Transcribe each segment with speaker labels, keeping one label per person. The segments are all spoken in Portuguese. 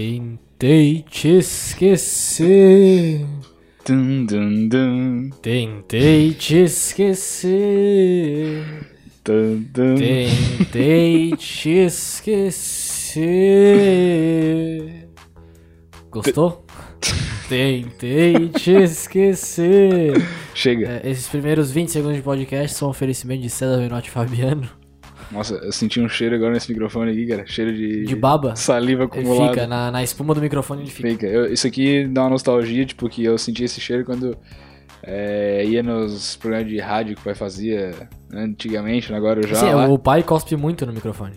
Speaker 1: Tentei te esquecer.
Speaker 2: Dum, dum, dum,
Speaker 1: Tentei te esquecer.
Speaker 2: dum, dum.
Speaker 1: Tentei te esquecer. Gostou? Tentei te esquecer.
Speaker 2: Chega.
Speaker 1: É, esses primeiros 20 segundos de podcast são um oferecimento de César Venotti e Fabiano.
Speaker 2: Nossa, eu senti um cheiro agora nesse microfone aqui, cara. Cheiro de,
Speaker 1: De baba.
Speaker 2: saliva
Speaker 1: Ele
Speaker 2: acumulada.
Speaker 1: fica, na, na espuma do microfone ele fica.
Speaker 2: Fica. Eu- isso aqui dá uma nostalgia, tipo, que eu senti esse cheiro quando é, ia nos programas de rádio que o pai fazia antigamente, né? agora eu já.
Speaker 1: Sim,
Speaker 2: lá.
Speaker 1: o pai cospe muito no microfone.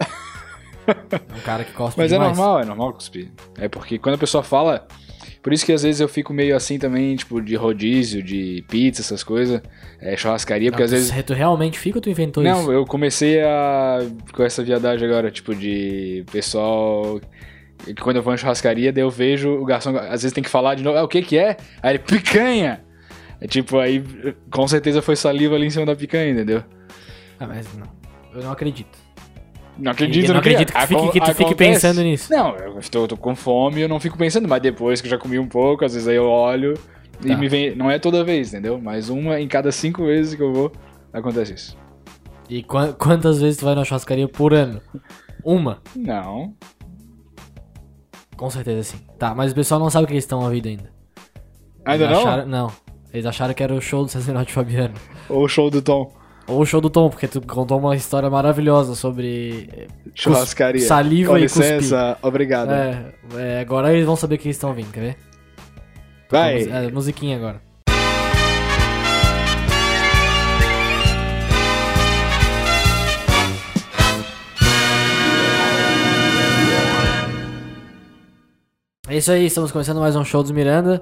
Speaker 1: é um cara que cospe
Speaker 2: Mas é
Speaker 1: demais.
Speaker 2: normal, é normal cuspir. É porque quando a pessoa fala. Por isso que às vezes eu fico meio assim também, tipo, de rodízio, de pizza, essas coisas, é, churrascaria,
Speaker 1: Não,
Speaker 2: porque às
Speaker 1: tu-
Speaker 2: vezes.
Speaker 1: Tu realmente fica ou tu inventou isso?
Speaker 2: Não, eu comecei a. com essa viadagem agora, tipo, de pessoal. que Quando eu vou em churrascaria, daí eu vejo o garçom, às vezes tem que falar de novo, ah, o que que é? Aí ele, picanha! É tipo, aí com certeza foi saliva ali em cima da picanha, entendeu?
Speaker 1: Ah, mas não. Eu não acredito.
Speaker 2: Não
Speaker 1: Eu
Speaker 2: acredito,
Speaker 1: não
Speaker 2: queria.
Speaker 1: acredito que tu fique-
Speaker 2: Acon-
Speaker 1: que tu fique
Speaker 2: acontece.
Speaker 1: pensando nisso.
Speaker 2: Não, eu tô, tô com fome, eu não fico pensando, mas depois que eu já comi um pouco, às vezes aí eu olho e
Speaker 1: Tá.
Speaker 2: me vem. Não é toda vez, entendeu? Mas uma em cada cinco vezes que eu vou, acontece isso.
Speaker 1: E qua- quantas vezes tu vai na churrascaria por ano? Uma.
Speaker 2: Não.
Speaker 1: Com certeza sim. Tá, mas o pessoal não sabe que eles estão ouvindo ainda.
Speaker 2: Ainda
Speaker 1: Eles
Speaker 2: não?
Speaker 1: acharam- não. Eles acharam que era o show do Sacerdote Fabiano.
Speaker 2: Ou o show do Tom?
Speaker 1: Ou o show do Tom, porque tu contou uma história maravilhosa sobre.
Speaker 2: Churrascaria.
Speaker 1: Cus- saliva
Speaker 2: Com
Speaker 1: e
Speaker 2: licença, obrigado.
Speaker 1: É, é, agora eles vão saber que eles estão ouvindo, quer ver?
Speaker 2: Vai.
Speaker 1: Mus- é, musiquinha agora. É isso aí, estamos começando mais um show dos Miranda.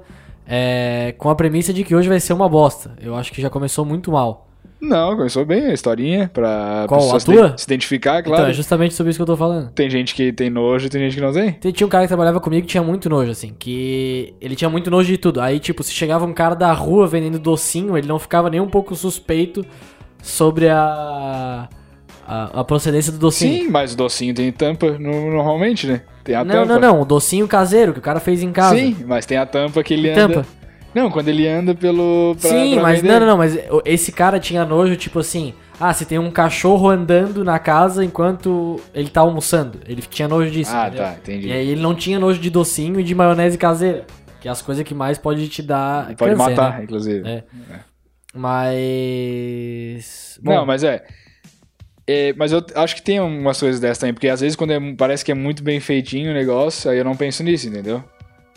Speaker 1: é, com a premissa de que hoje vai ser uma bosta. Eu acho que já começou muito mal.
Speaker 2: Não, começou bem a historinha pra
Speaker 1: Qual,
Speaker 2: pessoa
Speaker 1: a
Speaker 2: se,
Speaker 1: tua?
Speaker 2: iden- se identificar,
Speaker 1: Então,
Speaker 2: claro.
Speaker 1: é justamente sobre isso que eu tô falando.
Speaker 2: Tem gente que tem nojo, tem gente que não tem.
Speaker 1: Tem- Tinha um cara que trabalhava comigo que tinha muito nojo, assim, que ele tinha muito nojo de tudo. Aí, tipo, se chegava um cara da rua vendendo docinho, ele não ficava nem um pouco suspeito sobre a a, a procedência do docinho.
Speaker 2: Sim, mas o docinho tem tampa no- normalmente, né? Tem a
Speaker 1: não,
Speaker 2: tampa.
Speaker 1: não, não, o docinho caseiro que o cara fez em casa.
Speaker 2: Sim, mas tem a tampa que ele
Speaker 1: Que
Speaker 2: anda.
Speaker 1: tampa?
Speaker 2: Não, quando ele anda pelo. pra-
Speaker 1: Sim,
Speaker 2: pra
Speaker 1: mas
Speaker 2: vender.
Speaker 1: não, não, não, mas o- esse cara tinha nojo, tipo assim, ah, se tem um cachorro andando na casa enquanto ele tá almoçando. Ele tinha nojo disso.
Speaker 2: Ah,
Speaker 1: entendeu?
Speaker 2: tá, entendi.
Speaker 1: E aí ele não tinha nojo de docinho e de maionese caseira. Que é as coisas que mais pode te dar.
Speaker 2: Pode
Speaker 1: câncer, né?
Speaker 2: matar, inclusive.
Speaker 1: É. Mas. Bom,
Speaker 2: Não, mas é. É, Mas eu acho que tem umas coisas dessas também, porque às vezes quando é- parece que é muito bem feitinho o negócio, aí eu não penso nisso, entendeu?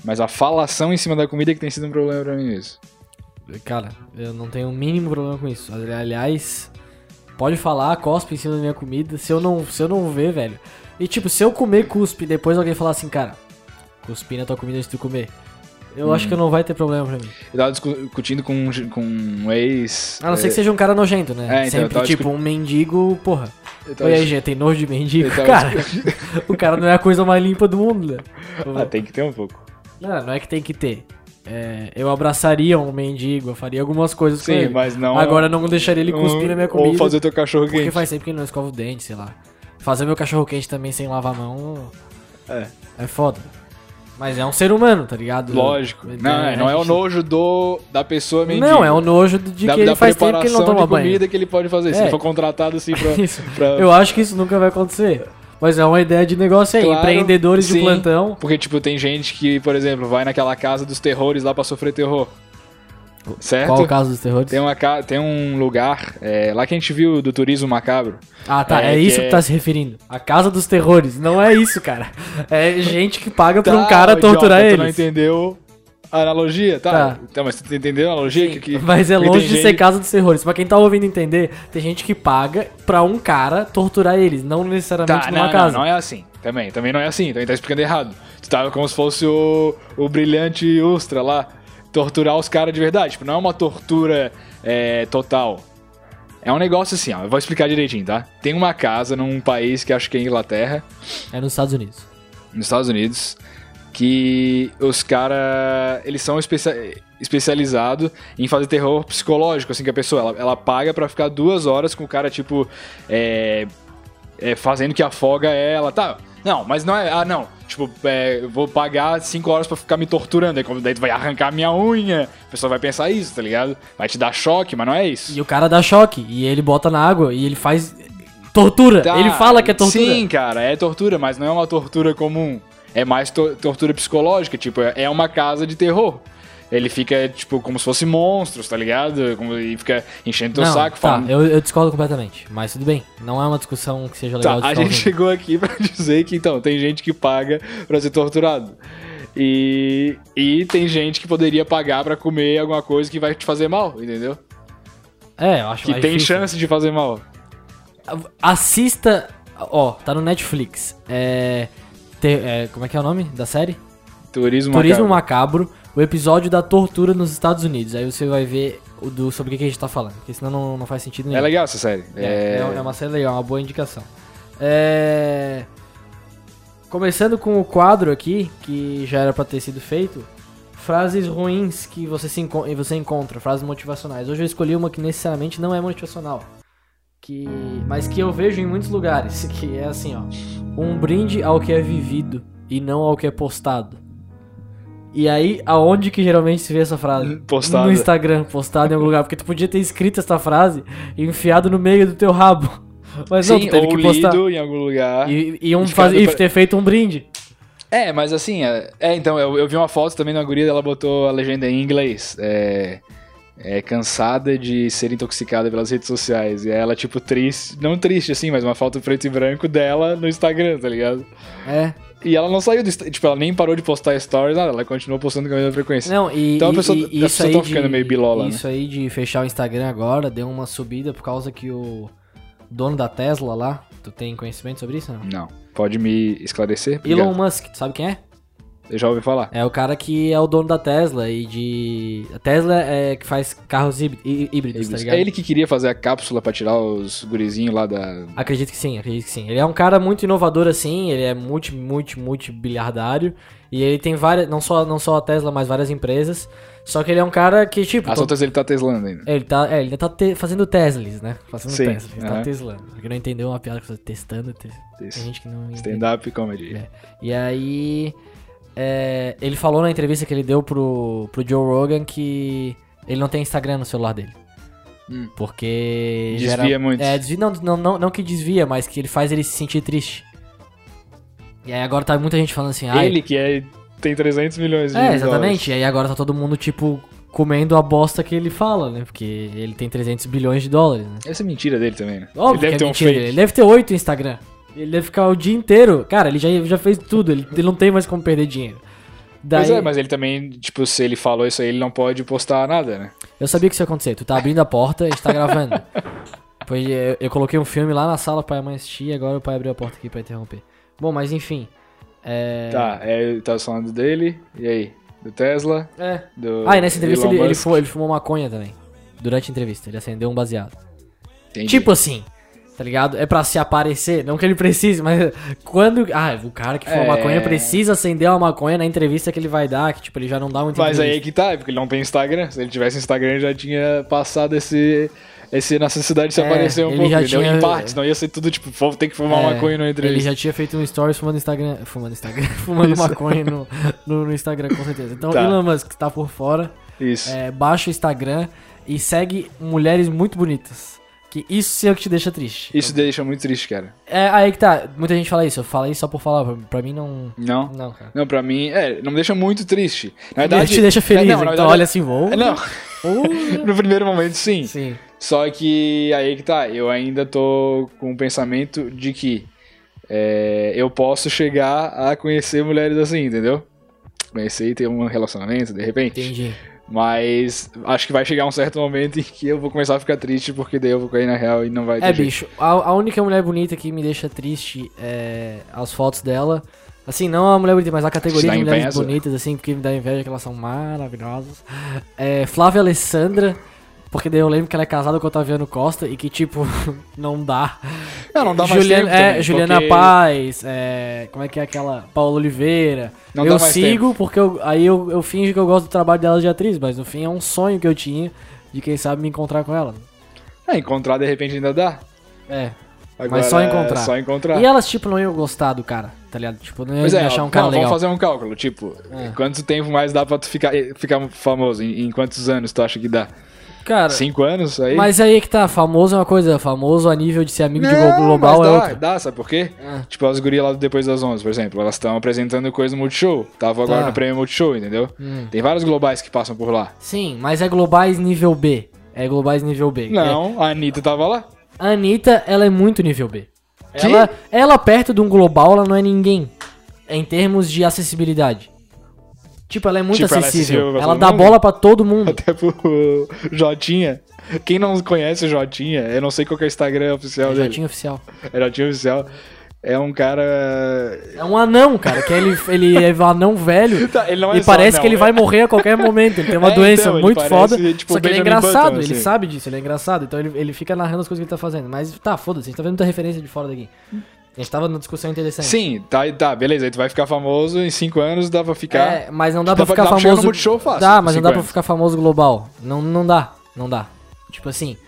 Speaker 2: Mas a falação em cima da comida é que tem sido um problema pra mim isso.
Speaker 1: Cara, eu não tenho o mínimo problema com isso. Ali- Aliás, pode falar, cospe em cima da minha comida. Se eu não, se eu não ver, velho. E tipo, se eu comer cuspe e depois alguém falar assim, cara, cuspi na tua comida antes de tu comer. Eu
Speaker 2: Hum.
Speaker 1: acho que não vai ter problema pra mim.
Speaker 2: Eu tava discutindo com, um- com um ex.
Speaker 1: A não ser que seja um cara nojento, né?
Speaker 2: É, então, eu
Speaker 1: Sempre,
Speaker 2: tava
Speaker 1: tipo,
Speaker 2: discu-
Speaker 1: um mendigo, porra.
Speaker 2: Eu tava
Speaker 1: Oi, aí,
Speaker 2: discu-
Speaker 1: gente, tem nojo de mendigo?
Speaker 2: então eu tava
Speaker 1: Cara,
Speaker 2: discutindo-
Speaker 1: o cara não é a coisa mais limpa do mundo, né?
Speaker 2: ah, tem que ter um pouco.
Speaker 1: Não, não é que tem que ter. É, eu abraçaria um mendigo, eu faria algumas coisas com
Speaker 2: Sim,
Speaker 1: ele.
Speaker 2: mas não. é
Speaker 1: Agora não deixaria ele cuspir
Speaker 2: um-
Speaker 1: na minha comida.
Speaker 2: Ou fazer teu cachorro
Speaker 1: porque
Speaker 2: quente.
Speaker 1: faz sempre que ele não escova o dente, sei lá. Fazer meu cachorro quente também sem lavar a mão
Speaker 2: É.
Speaker 1: é foda. Mas é um ser humano, tá ligado?
Speaker 2: Lógico.
Speaker 1: Ele
Speaker 2: Não,
Speaker 1: tem-
Speaker 2: é, não é
Speaker 1: a
Speaker 2: o
Speaker 1: gente-
Speaker 2: nojo do, da pessoa mendiga.
Speaker 1: Não, é o nojo de
Speaker 2: da,
Speaker 1: que ele
Speaker 2: da
Speaker 1: faz tempo que ele não
Speaker 2: preparação
Speaker 1: toma
Speaker 2: de
Speaker 1: banho.
Speaker 2: comida que ele pode fazer. Se
Speaker 1: É.
Speaker 2: ele for contratado assim pra.
Speaker 1: Isso. É,
Speaker 2: pra-
Speaker 1: Eu acho que isso nunca vai acontecer. Mas é uma ideia de negócio aí.
Speaker 2: Claro,
Speaker 1: Empreendedores de
Speaker 2: sim.
Speaker 1: plantão.
Speaker 2: Porque, tipo, tem gente que, por exemplo, vai naquela casa dos terrores lá pra sofrer terror. Certo?
Speaker 1: Qual o caso dos terrores?
Speaker 2: Tem, uma ca... tem um lugar, é, lá que a gente viu do turismo macabro.
Speaker 1: Ah, tá. É,
Speaker 2: É, que
Speaker 1: isso que
Speaker 2: é-
Speaker 1: tá se referindo. A casa dos terrores. Não é isso, cara. É gente que paga pra um
Speaker 2: Tá,
Speaker 1: cara
Speaker 2: idiota,
Speaker 1: torturar
Speaker 2: Tu não
Speaker 1: eles.
Speaker 2: entendeu a analogia, tá?
Speaker 1: Tá.
Speaker 2: Então, mas tu entendeu a analogia? que, que-
Speaker 1: Mas é
Speaker 2: porque
Speaker 1: longe
Speaker 2: tem
Speaker 1: de ser
Speaker 2: gente-
Speaker 1: casa dos terrores. Pra quem tá ouvindo entender, tem gente que paga pra um cara torturar eles. Não necessariamente
Speaker 2: Tá,
Speaker 1: numa
Speaker 2: não, não,
Speaker 1: casa.
Speaker 2: não é assim. Também, também não é assim. Também tá explicando errado. Tu tava como se fosse o, o brilhante Ustra lá. Torturar os caras de verdade. Tipo, não é uma tortura é, total. É um negócio assim, ó. Eu vou explicar direitinho, tá? Tem uma casa num país que acho que é Inglaterra,
Speaker 1: É nos Estados Unidos.
Speaker 2: nos Estados Unidos, que os caras. Eles são especia especializados em fazer terror psicológico, assim, que a pessoa ela, ela paga pra ficar duas horas com o cara, tipo. É, é, fazendo que afoga ela. Tá, Não, mas não é. Ah, não. Tipo, é, eu vou pagar 5 horas pra ficar me torturando. Aí, como daí tu vai arrancar a minha unha. A pessoa vai pensar isso, tá ligado? Vai te dar choque, mas não é isso.
Speaker 1: E o cara dá choque, e ele bota na água, e ele faz tortura.
Speaker 2: Tá,
Speaker 1: Ele fala que é tortura.
Speaker 2: Sim, cara, é tortura, mas não é uma tortura comum. É mais to- tortura psicológica, tipo, é é uma casa de terror. Ele fica, tipo, como se fosse monstros, tá ligado? Como, e fica enchendo teu
Speaker 1: não, tá,
Speaker 2: saco, falando.
Speaker 1: eu, eu discordo completamente, mas tudo bem. Não é uma discussão que seja
Speaker 2: Tá,
Speaker 1: legal
Speaker 2: a
Speaker 1: de
Speaker 2: gente
Speaker 1: gente...
Speaker 2: chegou aqui pra dizer que, então, tem gente que paga pra ser torturado. E, e tem gente que poderia pagar pra comer alguma coisa que vai te fazer mal, entendeu?
Speaker 1: É, eu acho
Speaker 2: Que
Speaker 1: mais
Speaker 2: tem
Speaker 1: difícil.
Speaker 2: chance de fazer mal.
Speaker 1: Assista. Ó, tá no Netflix. É, ter- é, Como é que é o nome da série?
Speaker 2: Turismo,
Speaker 1: Turismo
Speaker 2: macabro.
Speaker 1: Macabro. o episódio da tortura nos Estados Unidos. Aí você vai ver o do, sobre o que que a gente tá falando, porque senão não, não faz sentido nenhum.
Speaker 2: É legal essa série.
Speaker 1: É, é uma série legal, uma boa indicação. É... Começando com o quadro aqui, que já era pra ter sido feito. Frases ruins que você, se enco- e você encontra, frases motivacionais. Hoje eu escolhi uma que necessariamente não é motivacional. Que... Mas que eu vejo em muitos lugares. Que é assim, ó. Um brinde ao que é vivido e não ao que é postado. E aí, aonde que geralmente se vê essa frase?
Speaker 2: Postada.
Speaker 1: No Instagram, postado em algum lugar. Porque tu podia ter escrito essa frase e enfiado no meio do teu rabo. Mas não,
Speaker 2: Sim,
Speaker 1: tu teve
Speaker 2: ou
Speaker 1: que postar.
Speaker 2: lido em algum lugar.
Speaker 1: E, e um
Speaker 2: E
Speaker 1: faz-
Speaker 2: ficado
Speaker 1: e
Speaker 2: pra-
Speaker 1: ter feito um brinde.
Speaker 2: É, mas assim, é, é, então, eu, eu vi uma foto também na guria, ela botou a legenda em inglês. É, é, cansada de ser intoxicada pelas redes sociais. E ela, tipo, triste, não triste assim, mas uma foto preto e branco dela no Instagram, tá ligado?
Speaker 1: É.
Speaker 2: E ela não saiu do, Insta- tipo, ela nem parou de postar stories, nada, ela continuou postando com a mesma frequência.
Speaker 1: Não, e,
Speaker 2: Então a
Speaker 1: e-
Speaker 2: pessoa-
Speaker 1: e
Speaker 2: as
Speaker 1: isso
Speaker 2: pessoas
Speaker 1: aí
Speaker 2: tão
Speaker 1: de-
Speaker 2: ficando meio bilola, né?
Speaker 1: Isso aí de fechar o Instagram agora deu uma subida por causa que o dono da Tesla lá, tu tem conhecimento sobre isso? Não?
Speaker 2: Não. Pode me esclarecer?
Speaker 1: Elon
Speaker 2: Obrigado.
Speaker 1: Musk, tu sabe quem é?
Speaker 2: Eu já ouvi falar.
Speaker 1: É o cara que é o dono da Tesla e de. A Tesla é que faz carros híbri- hí- híbridos, tá ligado?
Speaker 2: É ele que queria fazer a cápsula pra tirar os gurizinhos lá da.
Speaker 1: Acredito que sim, acredito que sim. Ele é um cara muito inovador assim, ele é multi, multi, multi bilhardário. E ele tem várias, não só, não só a Tesla, mas várias empresas. Só que ele é um cara que, tipo.
Speaker 2: As
Speaker 1: todo-
Speaker 2: outras ele tá teslando ainda.
Speaker 1: É, ele tá, é, ele ainda tá te- fazendo Teslas, né? Fazendo
Speaker 2: Sim,
Speaker 1: Teslas, ele tá
Speaker 2: aham.
Speaker 1: teslando. Porque não entendeu uma piada que você testando, te- tem gente que não entende.
Speaker 2: Stand-up comedy.
Speaker 1: E aí, é, ele falou na entrevista que ele deu pro, pro Joe Rogan que ele não tem Instagram no celular dele.
Speaker 2: Hum.
Speaker 1: Porque.
Speaker 2: Desvia muito.
Speaker 1: É, desvia, não, não, não, não que desvia, mas que ele faz ele se sentir triste. E aí agora tá muita gente falando assim, ai.
Speaker 2: Ele que é, tem 300 milhões de
Speaker 1: É,
Speaker 2: dólares.
Speaker 1: exatamente. E aí agora tá todo mundo, tipo, comendo a bosta que ele fala, né? Porque ele tem 300 bilhões de dólares, né?
Speaker 2: Essa é mentira dele também, né?
Speaker 1: Óbvio
Speaker 2: ele deve
Speaker 1: que
Speaker 2: ter
Speaker 1: é
Speaker 2: um
Speaker 1: mentira.
Speaker 2: fake.
Speaker 1: Ele deve ter oito Instagram. Ele deve ficar o dia inteiro. Cara, ele já, já fez tudo. Ele, ele não tem mais como perder dinheiro. Daí,
Speaker 2: Pois é, mas ele também, tipo, se ele falou isso aí, ele não pode postar nada, né?
Speaker 1: Eu sabia que isso ia acontecer. Tu tá abrindo a porta, a gente tá gravando. Pois é, eu, eu coloquei um filme lá na sala pra mãe assistir e agora o pai abriu a porta aqui pra interromper. Bom, mas enfim. É.
Speaker 2: Tá, é, eu tava falando dele, e aí? Do Tesla,
Speaker 1: É.
Speaker 2: do
Speaker 1: Ah, e nessa entrevista
Speaker 2: Elon
Speaker 1: ele, ele,
Speaker 2: Musk.
Speaker 1: fu- ele fumou maconha também. Durante a entrevista, ele acendeu um baseado.
Speaker 2: Entendi.
Speaker 1: Tipo assim, tá ligado? É pra se aparecer, não que ele precise, mas quando. Ah, o cara que fuma
Speaker 2: É.
Speaker 1: maconha precisa acender uma maconha na entrevista que ele vai dar, que tipo, ele já não dá muita
Speaker 2: Mas aí é
Speaker 1: entrevista.
Speaker 2: que tá, é porque ele não tem Instagram. Se ele tivesse Instagram, ele já tinha passado esse... Esse necessidade de se
Speaker 1: É,
Speaker 2: aparecer um
Speaker 1: ele
Speaker 2: pouco,
Speaker 1: já
Speaker 2: entendeu?
Speaker 1: tinha-
Speaker 2: Em partes, não ia ser tudo tipo, "Pô, tem que fumar
Speaker 1: É,
Speaker 2: maconha na
Speaker 1: Ele
Speaker 2: entrevista.
Speaker 1: já tinha feito um stories fumando Instagram. Fumando Instagram, fumando
Speaker 2: Isso.
Speaker 1: maconha no, no, no Instagram, com certeza. Então,
Speaker 2: Tá.
Speaker 1: Elon Musk tá por fora.
Speaker 2: Isso.
Speaker 1: é, baixa o Instagram e segue mulheres muito bonitas. Que isso sim é o que te deixa triste.
Speaker 2: Isso deixa muito triste, cara.
Speaker 1: É aí que tá. Muita gente fala isso. Eu falei só por falar. Pra, pra mim não.
Speaker 2: Não?
Speaker 1: Não, cara.
Speaker 2: Não, pra mim, é, não me deixa muito triste. Na
Speaker 1: Ele
Speaker 2: verdade, é,
Speaker 1: te deixa feliz.
Speaker 2: não, na
Speaker 1: então
Speaker 2: verdade- é,
Speaker 1: olha assim, vou.
Speaker 2: Não,
Speaker 1: Ou-
Speaker 2: no primeiro momento sim.
Speaker 1: Sim.
Speaker 2: Só que aí que tá, eu ainda tô com o pensamento de que é, eu posso chegar a conhecer mulheres assim, entendeu? Conhecer e ter um relacionamento, de repente.
Speaker 1: Entendi.
Speaker 2: Mas acho que vai chegar um certo momento em que eu vou começar a ficar triste, porque daí eu vou cair na real e não vai ter
Speaker 1: É,
Speaker 2: jeito.
Speaker 1: bicho, a, a única mulher bonita que me deixa triste é as fotos dela. Assim, não a mulher bonita, mas a
Speaker 2: Te
Speaker 1: categoria
Speaker 2: dá
Speaker 1: de mulheres
Speaker 2: inveja?
Speaker 1: bonitas, assim, porque me dá inveja que elas são maravilhosas. É, Flávia Alessandra, porque daí eu lembro que ela é casada com o Otaviano Costa e que, tipo, não dá.
Speaker 2: Não, não dá mais
Speaker 1: Juliana,
Speaker 2: tempo
Speaker 1: é,
Speaker 2: também,
Speaker 1: Juliana
Speaker 2: porque-
Speaker 1: Paz, é, como é que é aquela? Paula Oliveira.
Speaker 2: Não
Speaker 1: eu
Speaker 2: dá mais
Speaker 1: sigo porque eu- aí eu, eu finjo que eu gosto do trabalho dela de atriz, mas no fim é um sonho que eu tinha de quem sabe me encontrar com ela.
Speaker 2: Ah, encontrar de repente ainda dá.
Speaker 1: É.
Speaker 2: Agora,
Speaker 1: só encontrar.
Speaker 2: Só encontrar.
Speaker 1: E elas, tipo, não iam gostar do cara. tá ligado? Tipo, não ia
Speaker 2: Pois é,
Speaker 1: achar um
Speaker 2: não,
Speaker 1: cara
Speaker 2: vamos
Speaker 1: legal. É.
Speaker 2: fazer um cálculo, tipo, quanto tempo mais dá pra tu ficar, eh, ficar famoso? Em, em quantos anos tu acha que dá?
Speaker 1: Cara,
Speaker 2: Cinco anos aí?
Speaker 1: É. mas aí que tá, famoso é uma coisa, famoso a nível de ser amigo de glo-
Speaker 2: Não,
Speaker 1: global
Speaker 2: mas
Speaker 1: é
Speaker 2: dá,
Speaker 1: outra. Ah,
Speaker 2: Dá, sabe por quê? Tipo, as gurias lá do Depois das 11, por exemplo, elas estão apresentando coisa no Multishow. Tava agora
Speaker 1: Tá. Hum.
Speaker 2: no prêmio Multishow, entendeu? Tem vários globais que passam por lá.
Speaker 1: Sim, mas é globais nível B. É globais nível B. É.
Speaker 2: Não, a Anitta tava lá.
Speaker 1: A Anitta, ela é muito nível B.
Speaker 2: Que?
Speaker 1: Ela, ela perto de um global, ela não é ninguém. Em termos de acessibilidade. Tipo, ela é muito
Speaker 2: Tipo, ela é
Speaker 1: acessível.
Speaker 2: acessível pra
Speaker 1: Ela
Speaker 2: todo
Speaker 1: dá
Speaker 2: mundo?
Speaker 1: bola pra todo mundo.
Speaker 2: Até pro Jotinha. Quem não conhece o Jotinha, eu não sei qual que é o Instagram oficial dele.
Speaker 1: Jatinho oficial.
Speaker 2: É Jotinha oficial. É um cara.
Speaker 1: É um anão, cara, que ele, ele é um anão velho
Speaker 2: Tá, ele não é
Speaker 1: e
Speaker 2: só,
Speaker 1: parece
Speaker 2: não,
Speaker 1: que ele
Speaker 2: é-
Speaker 1: vai morrer a qualquer momento. Ele tem uma
Speaker 2: É,
Speaker 1: doença
Speaker 2: então, ele
Speaker 1: muito
Speaker 2: parece,
Speaker 1: foda.
Speaker 2: tipo,
Speaker 1: só que ele é
Speaker 2: Benjamin
Speaker 1: engraçado,
Speaker 2: Button,
Speaker 1: ele
Speaker 2: assim.
Speaker 1: sabe disso, ele é engraçado. Então ele, ele fica narrando as coisas que ele tá fazendo. Mas tá, foda-se, a gente tá vendo muita referência de fora daqui. A gente tava numa discussão interessante.
Speaker 2: Sim, tá, tá, beleza. Aí tu vai ficar famoso em cinco anos, dá pra ficar.
Speaker 1: É, mas não dá
Speaker 2: Dá
Speaker 1: pra
Speaker 2: pra-
Speaker 1: ficar
Speaker 2: dá pra chegar
Speaker 1: famoso.
Speaker 2: no Multishow fácil, tipo,
Speaker 1: dá, mas não dá pra
Speaker 2: 50.
Speaker 1: ficar famoso global. Não, não dá, não dá. Tipo assim,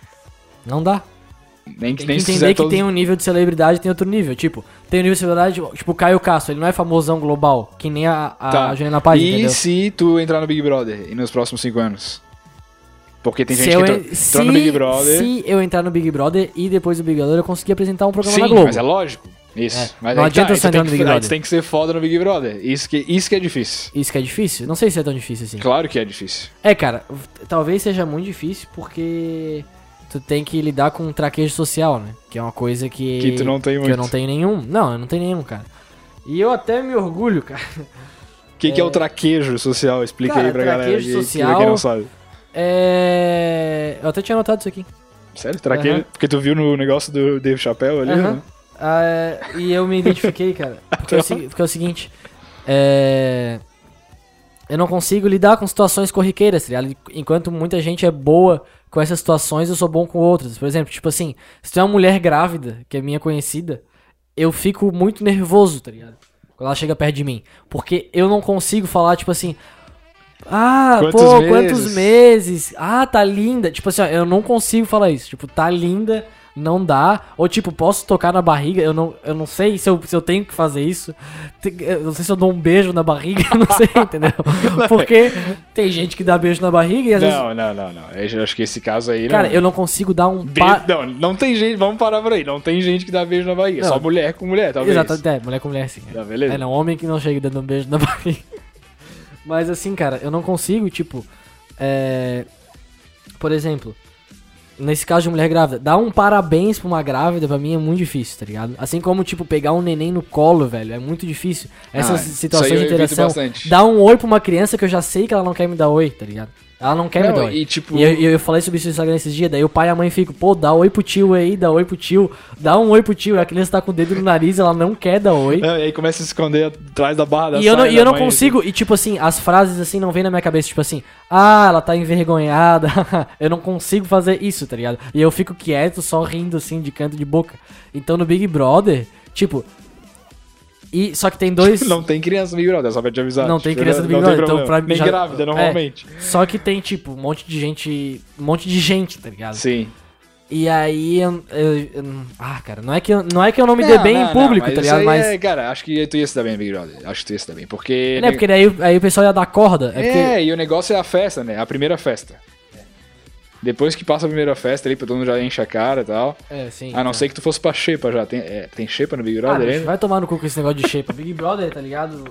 Speaker 1: não dá.
Speaker 2: Nem,
Speaker 1: Tem
Speaker 2: nem
Speaker 1: que
Speaker 2: se
Speaker 1: entender
Speaker 2: fizer
Speaker 1: que
Speaker 2: todos-
Speaker 1: tem um nível de celebridade e tem outro nível. Tipo, tem um nível de celebridade, tipo o Caio Castro, ele não é famosão global, que nem a, a
Speaker 2: Tá.
Speaker 1: Juliana Paz,
Speaker 2: e
Speaker 1: entendeu?
Speaker 2: se tu entrar no Big Brother e nos próximos cinco anos? Porque tem
Speaker 1: Se
Speaker 2: gente
Speaker 1: eu
Speaker 2: que
Speaker 1: en-
Speaker 2: entrou, entrou no Big Brother.
Speaker 1: se eu entrar no Big Brother e depois do Big Brother eu conseguir apresentar um programa na
Speaker 2: Sim,
Speaker 1: Globo.
Speaker 2: mas é lógico. Isso.
Speaker 1: É,
Speaker 2: Mas
Speaker 1: não
Speaker 2: aí que
Speaker 1: adianta
Speaker 2: aí tu
Speaker 1: só entrar
Speaker 2: tem
Speaker 1: no
Speaker 2: que-
Speaker 1: Big
Speaker 2: aí tu
Speaker 1: Brother.
Speaker 2: tem que ser foda no Big Brother. Isso que, isso que é difícil.
Speaker 1: Isso que é difícil? Não sei se é tão difícil assim.
Speaker 2: Claro que é difícil.
Speaker 1: É, cara, v- talvez seja muito difícil porque tu tem que lidar com um traquejo social, né? Que é uma coisa que.
Speaker 2: Que tu não tem
Speaker 1: Que
Speaker 2: muito.
Speaker 1: eu não tenho nenhum. Não, eu não tenho nenhum, cara. E eu até me orgulho, cara.
Speaker 2: O que, que é o traquejo social? Explica
Speaker 1: Cara,
Speaker 2: aí pra galera
Speaker 1: traquejo
Speaker 2: que, que-
Speaker 1: social-
Speaker 2: que não sabe.
Speaker 1: É. Eu até tinha anotado isso aqui.
Speaker 2: Sério? Traquejo?
Speaker 1: Aham.
Speaker 2: Porque tu viu no negócio do Dave Chappelle ali,
Speaker 1: Aham.
Speaker 2: né?
Speaker 1: Ah, e eu me identifiquei, cara. Porque, é o, se- porque é o seguinte. É. Eu não consigo lidar com situações corriqueiras, tá ligado? Enquanto muita gente é boa com essas situações, eu sou bom com outras. Por exemplo, tipo assim, se tem uma mulher grávida, que é minha conhecida, eu fico muito nervoso, tá ligado? Quando ela chega perto de mim. Porque eu não consigo falar, tipo assim. Ah,
Speaker 2: Quantos
Speaker 1: pô,
Speaker 2: meses?"
Speaker 1: quantos meses? Ah, tá linda. Tipo assim, ó, eu não consigo falar isso. Tipo, tá linda, não dá. Ou tipo, posso tocar na barriga? Eu não, eu não sei se eu, se eu tenho que fazer isso. Tem- Eu não sei se eu dou um beijo na barriga, eu não sei, entendeu? Porque tem gente que dá beijo na barriga e às vezes.
Speaker 2: Não, não, não, não. Eu acho que esse caso aí.
Speaker 1: Cara,
Speaker 2: não.
Speaker 1: eu não consigo dar um
Speaker 2: Be-
Speaker 1: pa...
Speaker 2: Não, não tem gente. Vamos parar por aí. Não tem gente que dá beijo na barriga.
Speaker 1: Não.
Speaker 2: Só mulher com mulher, talvez.
Speaker 1: Exatamente, é, mulher com mulher sim.
Speaker 2: Tá, beleza.
Speaker 1: É, não, homem que não chega dando um beijo na barriga. Mas assim, cara, eu não consigo, tipo. é, Por exemplo, nesse caso de mulher grávida, dar um parabéns pra uma grávida pra mim é muito difícil, tá ligado? Assim como, tipo, pegar um neném no colo, velho, é muito difícil. Essas
Speaker 2: Ah,
Speaker 1: situações
Speaker 2: isso
Speaker 1: de
Speaker 2: aí eu evito
Speaker 1: interação.
Speaker 2: bastante.
Speaker 1: Dar um oi pra uma criança que eu já sei que ela não quer me dar oi, tá ligado? Ela não quer me
Speaker 2: Não,
Speaker 1: dar oi.
Speaker 2: e, tipo-
Speaker 1: eu, eu- eu falei sobre isso no Instagram esses dias, daí o pai e a mãe ficam, pô, dá oi pro tio aí, dá oi pro tio, dá um oi pro tio. A criança tá com o dedo no nariz, ela não quer dar oi.
Speaker 2: Não, e aí começa a se esconder atrás da barra da
Speaker 1: E eu não,
Speaker 2: saia
Speaker 1: e
Speaker 2: da
Speaker 1: eu não
Speaker 2: mãe,
Speaker 1: consigo, e tipo assim, as frases assim não vêm na minha cabeça, tipo assim, ah, ela tá envergonhada, eu não consigo fazer isso, tá ligado? E eu fico quieto, só rindo assim, de canto de boca. Então no Big Brother, tipo. E, só que tem dois.
Speaker 2: assim. Não tem criança no Big Brother, só pra te avisar.
Speaker 1: Não tem
Speaker 2: Tipo,
Speaker 1: criança no Big
Speaker 2: não tem
Speaker 1: Brother, então
Speaker 2: problema.
Speaker 1: pra mim
Speaker 2: Nem
Speaker 1: já-
Speaker 2: grávida, normalmente.
Speaker 1: É, só que tem, tipo, um monte de gente. Um monte de gente, tá ligado?
Speaker 2: Sim.
Speaker 1: E aí. eu- eu- eu- ah, cara, não é que, eu- não é que eu não me dê bem em público,
Speaker 2: mas
Speaker 1: tá
Speaker 2: isso
Speaker 1: ligado?
Speaker 2: aí
Speaker 1: Mas.
Speaker 2: é, cara, acho que tu ia se dar bem no Big Brother. Acho que tu ia se dar bem. Porque.
Speaker 1: Né, porque daí aí o pessoal ia dar corda. É, porque-
Speaker 2: É, e o negócio é a festa, né? A primeira festa. Depois que passa a primeira festa ali, todo mundo já enche a cara e tal.
Speaker 1: É, sim.
Speaker 2: A não
Speaker 1: tá.
Speaker 2: ser que tu fosse pra Xepa já. Tem, é, tem Xepa no Big
Speaker 1: Ah,
Speaker 2: Brother
Speaker 1: bicho,
Speaker 2: ainda?
Speaker 1: vai tomar no cu com esse negócio de shape. Big Brother, tá ligado?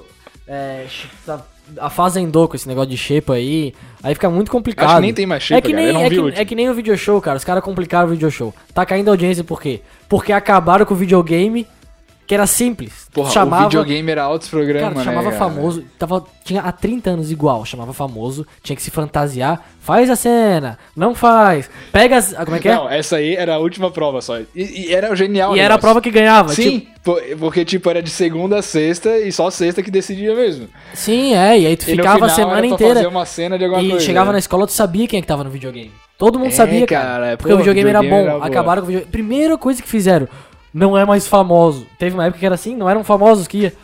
Speaker 1: É, ch- tá- a fazendou com esse negócio de shape aí. Aí fica muito complicado.
Speaker 2: Acho que nem tem mais shape,
Speaker 1: é que
Speaker 2: cara,
Speaker 1: nem,
Speaker 2: eu não
Speaker 1: é,
Speaker 2: vi
Speaker 1: que,
Speaker 2: o último.
Speaker 1: é que nem o video show, cara. Os caras complicaram o video show. Tá caindo a audiência por quê? Porque acabaram com o videogame, que era simples.
Speaker 2: Porra,
Speaker 1: chamava,
Speaker 2: o videogame era altos
Speaker 1: Cara,
Speaker 2: programas, né?
Speaker 1: chamava
Speaker 2: cara?
Speaker 1: famoso, tava, tinha há 30 anos igual, chamava famoso, tinha que se fantasiar, faz a cena, não faz, pega as, ah, como é que é?
Speaker 2: Não, essa aí era a última prova só. E, e era
Speaker 1: e
Speaker 2: genial. o
Speaker 1: era a
Speaker 2: negócio.
Speaker 1: prova que ganhava, tipo,
Speaker 2: Sim, po- porque tipo, era de segunda a sexta e só sexta que decidia mesmo.
Speaker 1: sim, é, e aí tu
Speaker 2: E no
Speaker 1: ficava a
Speaker 2: final
Speaker 1: semana
Speaker 2: era pra
Speaker 1: inteira
Speaker 2: fazer uma cena de alguma
Speaker 1: E
Speaker 2: coisa.
Speaker 1: chegava na
Speaker 2: né?
Speaker 1: escola, tu sabia quem é que tava no videogame. Todo mundo
Speaker 2: É,
Speaker 1: sabia, cara.
Speaker 2: cara,
Speaker 1: porque
Speaker 2: pô,
Speaker 1: o videogame,
Speaker 2: videogame
Speaker 1: era
Speaker 2: era
Speaker 1: bom.
Speaker 2: boa.
Speaker 1: acabaram com o videogame. Primeira coisa que fizeram, não é mais famoso. Teve uma época que era assim, não eram famosos que ia.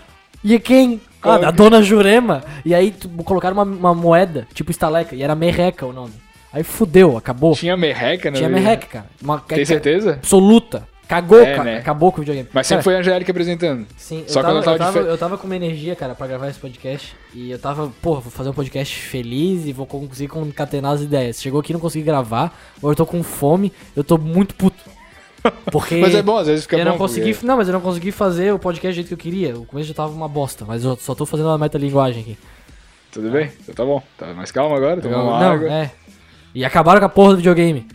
Speaker 1: Ia quem? Ah,
Speaker 2: Qual?
Speaker 1: a dona Jurema. E aí tu, colocaram uma, uma moeda, tipo estaleca, e era merreca o nome. Aí fudeu, acabou. Tinha,
Speaker 2: Tinha merreca, né?
Speaker 1: merreca, cara. Uma,
Speaker 2: Tem certeza?
Speaker 1: Absoluta. Cagou,
Speaker 2: É,
Speaker 1: cara.
Speaker 2: né?
Speaker 1: Acabou com o videogame.
Speaker 2: Mas sempre
Speaker 1: Cara,
Speaker 2: foi a Angélica apresentando.
Speaker 1: É. Sim,
Speaker 2: Só
Speaker 1: eu,
Speaker 2: quando
Speaker 1: tava, eu,
Speaker 2: eu tava de
Speaker 1: tava,
Speaker 2: fe-
Speaker 1: eu tava com uma energia, cara, pra gravar esse podcast. E eu tava, porra, vou fazer um podcast feliz e vou conseguir concatenar as ideias. Chegou aqui, não consegui gravar. Agora eu tô com fome, eu tô muito puto. Porque.
Speaker 2: Mas é bom, às vezes fica
Speaker 1: eu
Speaker 2: bom.
Speaker 1: não consegui,
Speaker 2: porque-
Speaker 1: não, mas eu não consegui fazer o podcast do jeito que eu queria. O começo já tava uma bosta, mas eu só tô fazendo uma metalinguagem aqui.
Speaker 2: Tudo bem? Então tá bom. Tá mais calmo agora, tomou uma
Speaker 1: não,
Speaker 2: água.
Speaker 1: é. E acabaram com a porra do videogame.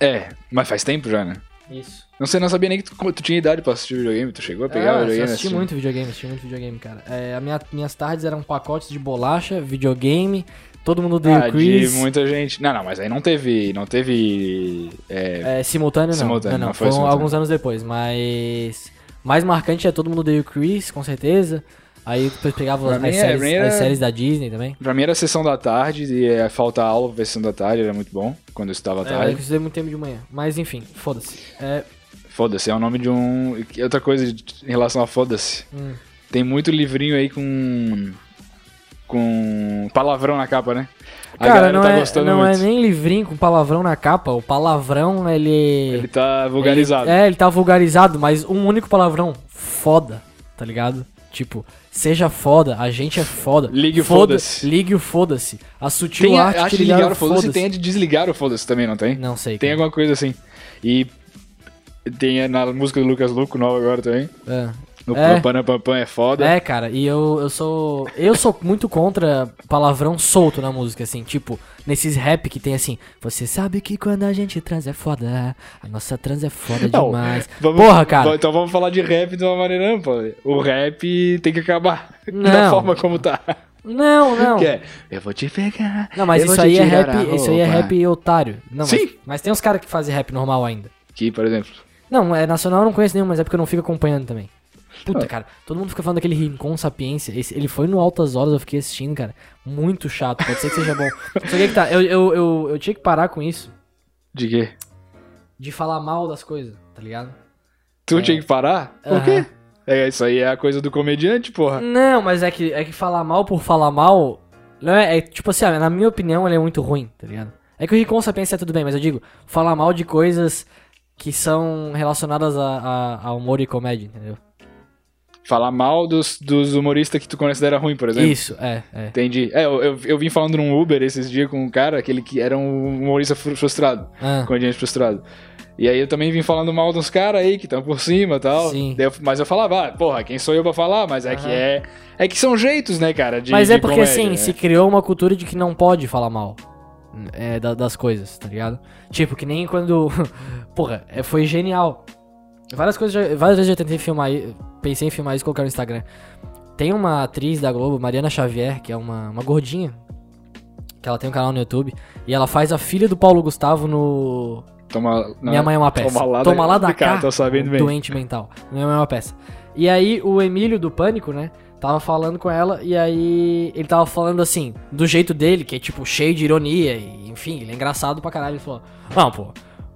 Speaker 2: É. mas faz tempo já, né?
Speaker 1: Isso.
Speaker 2: Não sei, não sabia nem que tu, tu tinha idade pra assistir videogame. Tu chegou a pegar
Speaker 1: Ah,
Speaker 2: videogame
Speaker 1: eu
Speaker 2: assim? e
Speaker 1: assisti
Speaker 2: assistir?
Speaker 1: muito videogame, assisti muito videogame, cara. É, a minha- minhas tardes eram pacotes de bolacha, videogame, todo mundo deu
Speaker 2: Ah, de
Speaker 1: quiz.
Speaker 2: muita gente. Não, não, mas aí não teve. Não teve. É,
Speaker 1: É, simultâneo não. não,
Speaker 2: Simultâneo,
Speaker 1: não.
Speaker 2: não foi
Speaker 1: Foram
Speaker 2: simultâneo.
Speaker 1: alguns anos depois, mas. Mais marcante é todo mundo deu Chris, com certeza. Aí depois pegava
Speaker 2: Pra
Speaker 1: as,
Speaker 2: mim é,
Speaker 1: as séries,
Speaker 2: pra mim era-
Speaker 1: as séries da Disney também.
Speaker 2: Pra mim era sessão da tarde, e é, falta aula pra sessão da tarde, era muito bom. Quando eu estudava à
Speaker 1: É, mas eu
Speaker 2: tarde.
Speaker 1: estudei muito tempo de manhã. Mas enfim, foda-se. É,
Speaker 2: Foda-se, é o nome de um. e Outra coisa de- em relação a foda-se.
Speaker 1: hum,
Speaker 2: Tem muito livrinho aí com. com palavrão na capa, né? A
Speaker 1: Cara,
Speaker 2: galera
Speaker 1: não,
Speaker 2: tá
Speaker 1: é,
Speaker 2: gostando
Speaker 1: não
Speaker 2: muito.
Speaker 1: é nem livrinho com palavrão na capa. O palavrão, ele.
Speaker 2: Ele tá vulgarizado.
Speaker 1: Ele- é, ele tá vulgarizado, mas um único palavrão, foda, tá ligado? Tipo, seja foda, a gente é foda.
Speaker 2: Ligue o
Speaker 1: Foda-
Speaker 2: foda-se.
Speaker 1: Ligue o foda-se. A sutil
Speaker 2: Tem a,
Speaker 1: arte,
Speaker 2: acho
Speaker 1: de
Speaker 2: de ligar o
Speaker 1: foda-se.
Speaker 2: foda-se, tem a de desligar o foda-se também, não tem?
Speaker 1: Não sei.
Speaker 2: Tem
Speaker 1: cara.
Speaker 2: alguma coisa assim. E tem a- na música do Lucas Luco, nova agora também. No
Speaker 1: É.
Speaker 2: é. Panapampam é foda.
Speaker 1: É, cara, e eu, eu sou. Eu sou muito contra palavrão solto na música, assim, tipo, nesses rap que tem assim, você sabe que quando a gente trans é foda, a nossa trans é foda
Speaker 2: Não,
Speaker 1: demais.
Speaker 2: vamos-
Speaker 1: Porra, cara.
Speaker 2: Então vamos falar de rap de uma maneira ampla. O rap tem que acabar
Speaker 1: Não.
Speaker 2: da forma como tá.
Speaker 1: Não, não.
Speaker 2: Que é, eu vou te pegar.
Speaker 1: Não, mas
Speaker 2: eu
Speaker 1: isso
Speaker 2: vou te
Speaker 1: aí, é
Speaker 2: tirar
Speaker 1: rap,
Speaker 2: a
Speaker 1: isso aí é
Speaker 2: roupa.
Speaker 1: rap otário. Não, Mas,
Speaker 2: Sim.
Speaker 1: mas tem uns caras que fazem rap normal ainda.
Speaker 2: Que, por exemplo.
Speaker 1: Não, é nacional eu não conheço nenhum, mas é porque eu não fico acompanhando também.
Speaker 2: Ah.
Speaker 1: Puta, cara, todo mundo fica falando daquele Rincon Sapiência. Esse- ele foi no Altas Horas, eu fiquei assistindo, cara. Muito chato, pode ser que seja bom. Só que aí que tá, eu, eu, eu, eu tinha que parar com isso,
Speaker 2: De quê?
Speaker 1: de falar mal das coisas, tá ligado?
Speaker 2: Tu tinha que parar? Por
Speaker 1: É. Aham.
Speaker 2: quê? É, isso aí é a coisa do comediante, porra.
Speaker 1: Não, mas é que, é que falar mal por falar mal, não é, é tipo assim, ah, na minha opinião ele é muito ruim, tá ligado? É que o Rincon Sapiência é tudo bem, mas eu digo, falar mal de coisas que são relacionadas a, a, a humor e comédia, entendeu?
Speaker 2: Falar mal dos, dos humoristas que tu considera ruim, por exemplo.
Speaker 1: Isso, é, é.
Speaker 2: Entendi. É, eu, eu, eu vim falando num Uber esses dias com um cara, aquele que era um humorista fru- frustrado,
Speaker 1: Ah.
Speaker 2: comediante frustrado. E aí eu também vim falando mal dos caras aí que estão por cima e tal.
Speaker 1: Sim.
Speaker 2: Daí eu- mas eu falava, ah, porra, quem sou eu pra falar? Mas é que é. É que são jeitos, né, cara? de-
Speaker 1: Mas é
Speaker 2: de
Speaker 1: porque
Speaker 2: comédia,
Speaker 1: assim,
Speaker 2: né?
Speaker 1: se criou uma cultura de que não pode falar mal é, da- das coisas, tá ligado? Tipo, que nem quando. Porra, é, foi genial. Várias coisas, já- várias vezes eu tentei filmar, i- pensei em filmar isso e colocar no Instagram. Tem uma atriz da Globo, Mariana Xavier, que é uma, uma gordinha, que ela tem um canal no YouTube, e ela faz a filha do Paulo Gustavo no.
Speaker 2: Toma, não,
Speaker 1: Minha mãe é uma peça. Toma lá, da
Speaker 2: cara.
Speaker 1: cá,
Speaker 2: Tô sabendo bem.
Speaker 1: doente mental. Minha mãe é uma peça. E aí o Emílio do Pânico, né? Tava falando com ela e aí ele tava falando assim, do jeito dele, que é tipo cheio de ironia e enfim, ele é engraçado pra caralho. Ele falou, não, pô.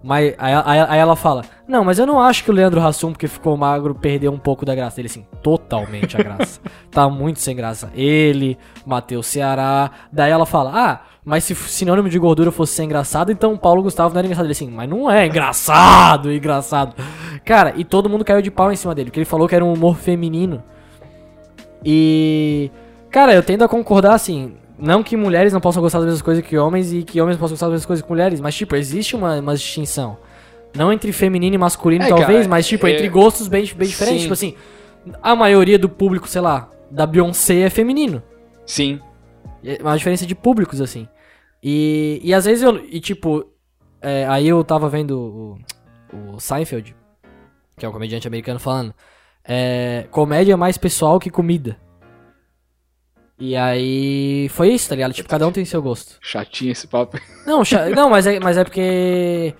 Speaker 1: Mas aí, aí- aí ela fala, não, mas eu não acho que o Leandro Hassum, porque ficou magro, perdeu um pouco da graça dele, assim, totalmente a graça. tá muito sem graça. Ele, Matheus Ceará. Daí ela fala, ah, mas se f- sinônimo de gordura fosse ser engraçado, então o Paulo Gustavo não era engraçado. Ele assim, mas não é engraçado, engraçado. Cara, e todo mundo caiu de pau em cima dele, porque ele falou que era um humor feminino. E. Cara, eu tendo a concordar assim. Não que mulheres não possam gostar das mesmas coisas que homens e que homens não possam gostar das mesmas coisas que mulheres, mas, tipo, existe uma, uma distinção. Não entre feminino e masculino,
Speaker 2: É,
Speaker 1: talvez,
Speaker 2: cara,
Speaker 1: mas, tipo,
Speaker 2: é-
Speaker 1: entre gostos bem, bem diferentes.
Speaker 2: Sim.
Speaker 1: Tipo assim, a maioria do público, sei lá, da Beyoncé é feminino.
Speaker 2: Sim.
Speaker 1: É uma diferença de públicos, assim. E, e às vezes eu. E tipo, é, aí eu tava vendo o, o Seinfeld, que é um comediante americano, falando. É, comédia é mais pessoal que comida. E aí. Foi isso, tá ligado? Tipo, cada um tem seu gosto.
Speaker 2: Chatinho esse papo.
Speaker 1: Não, cha- não mas, é, mas é porque.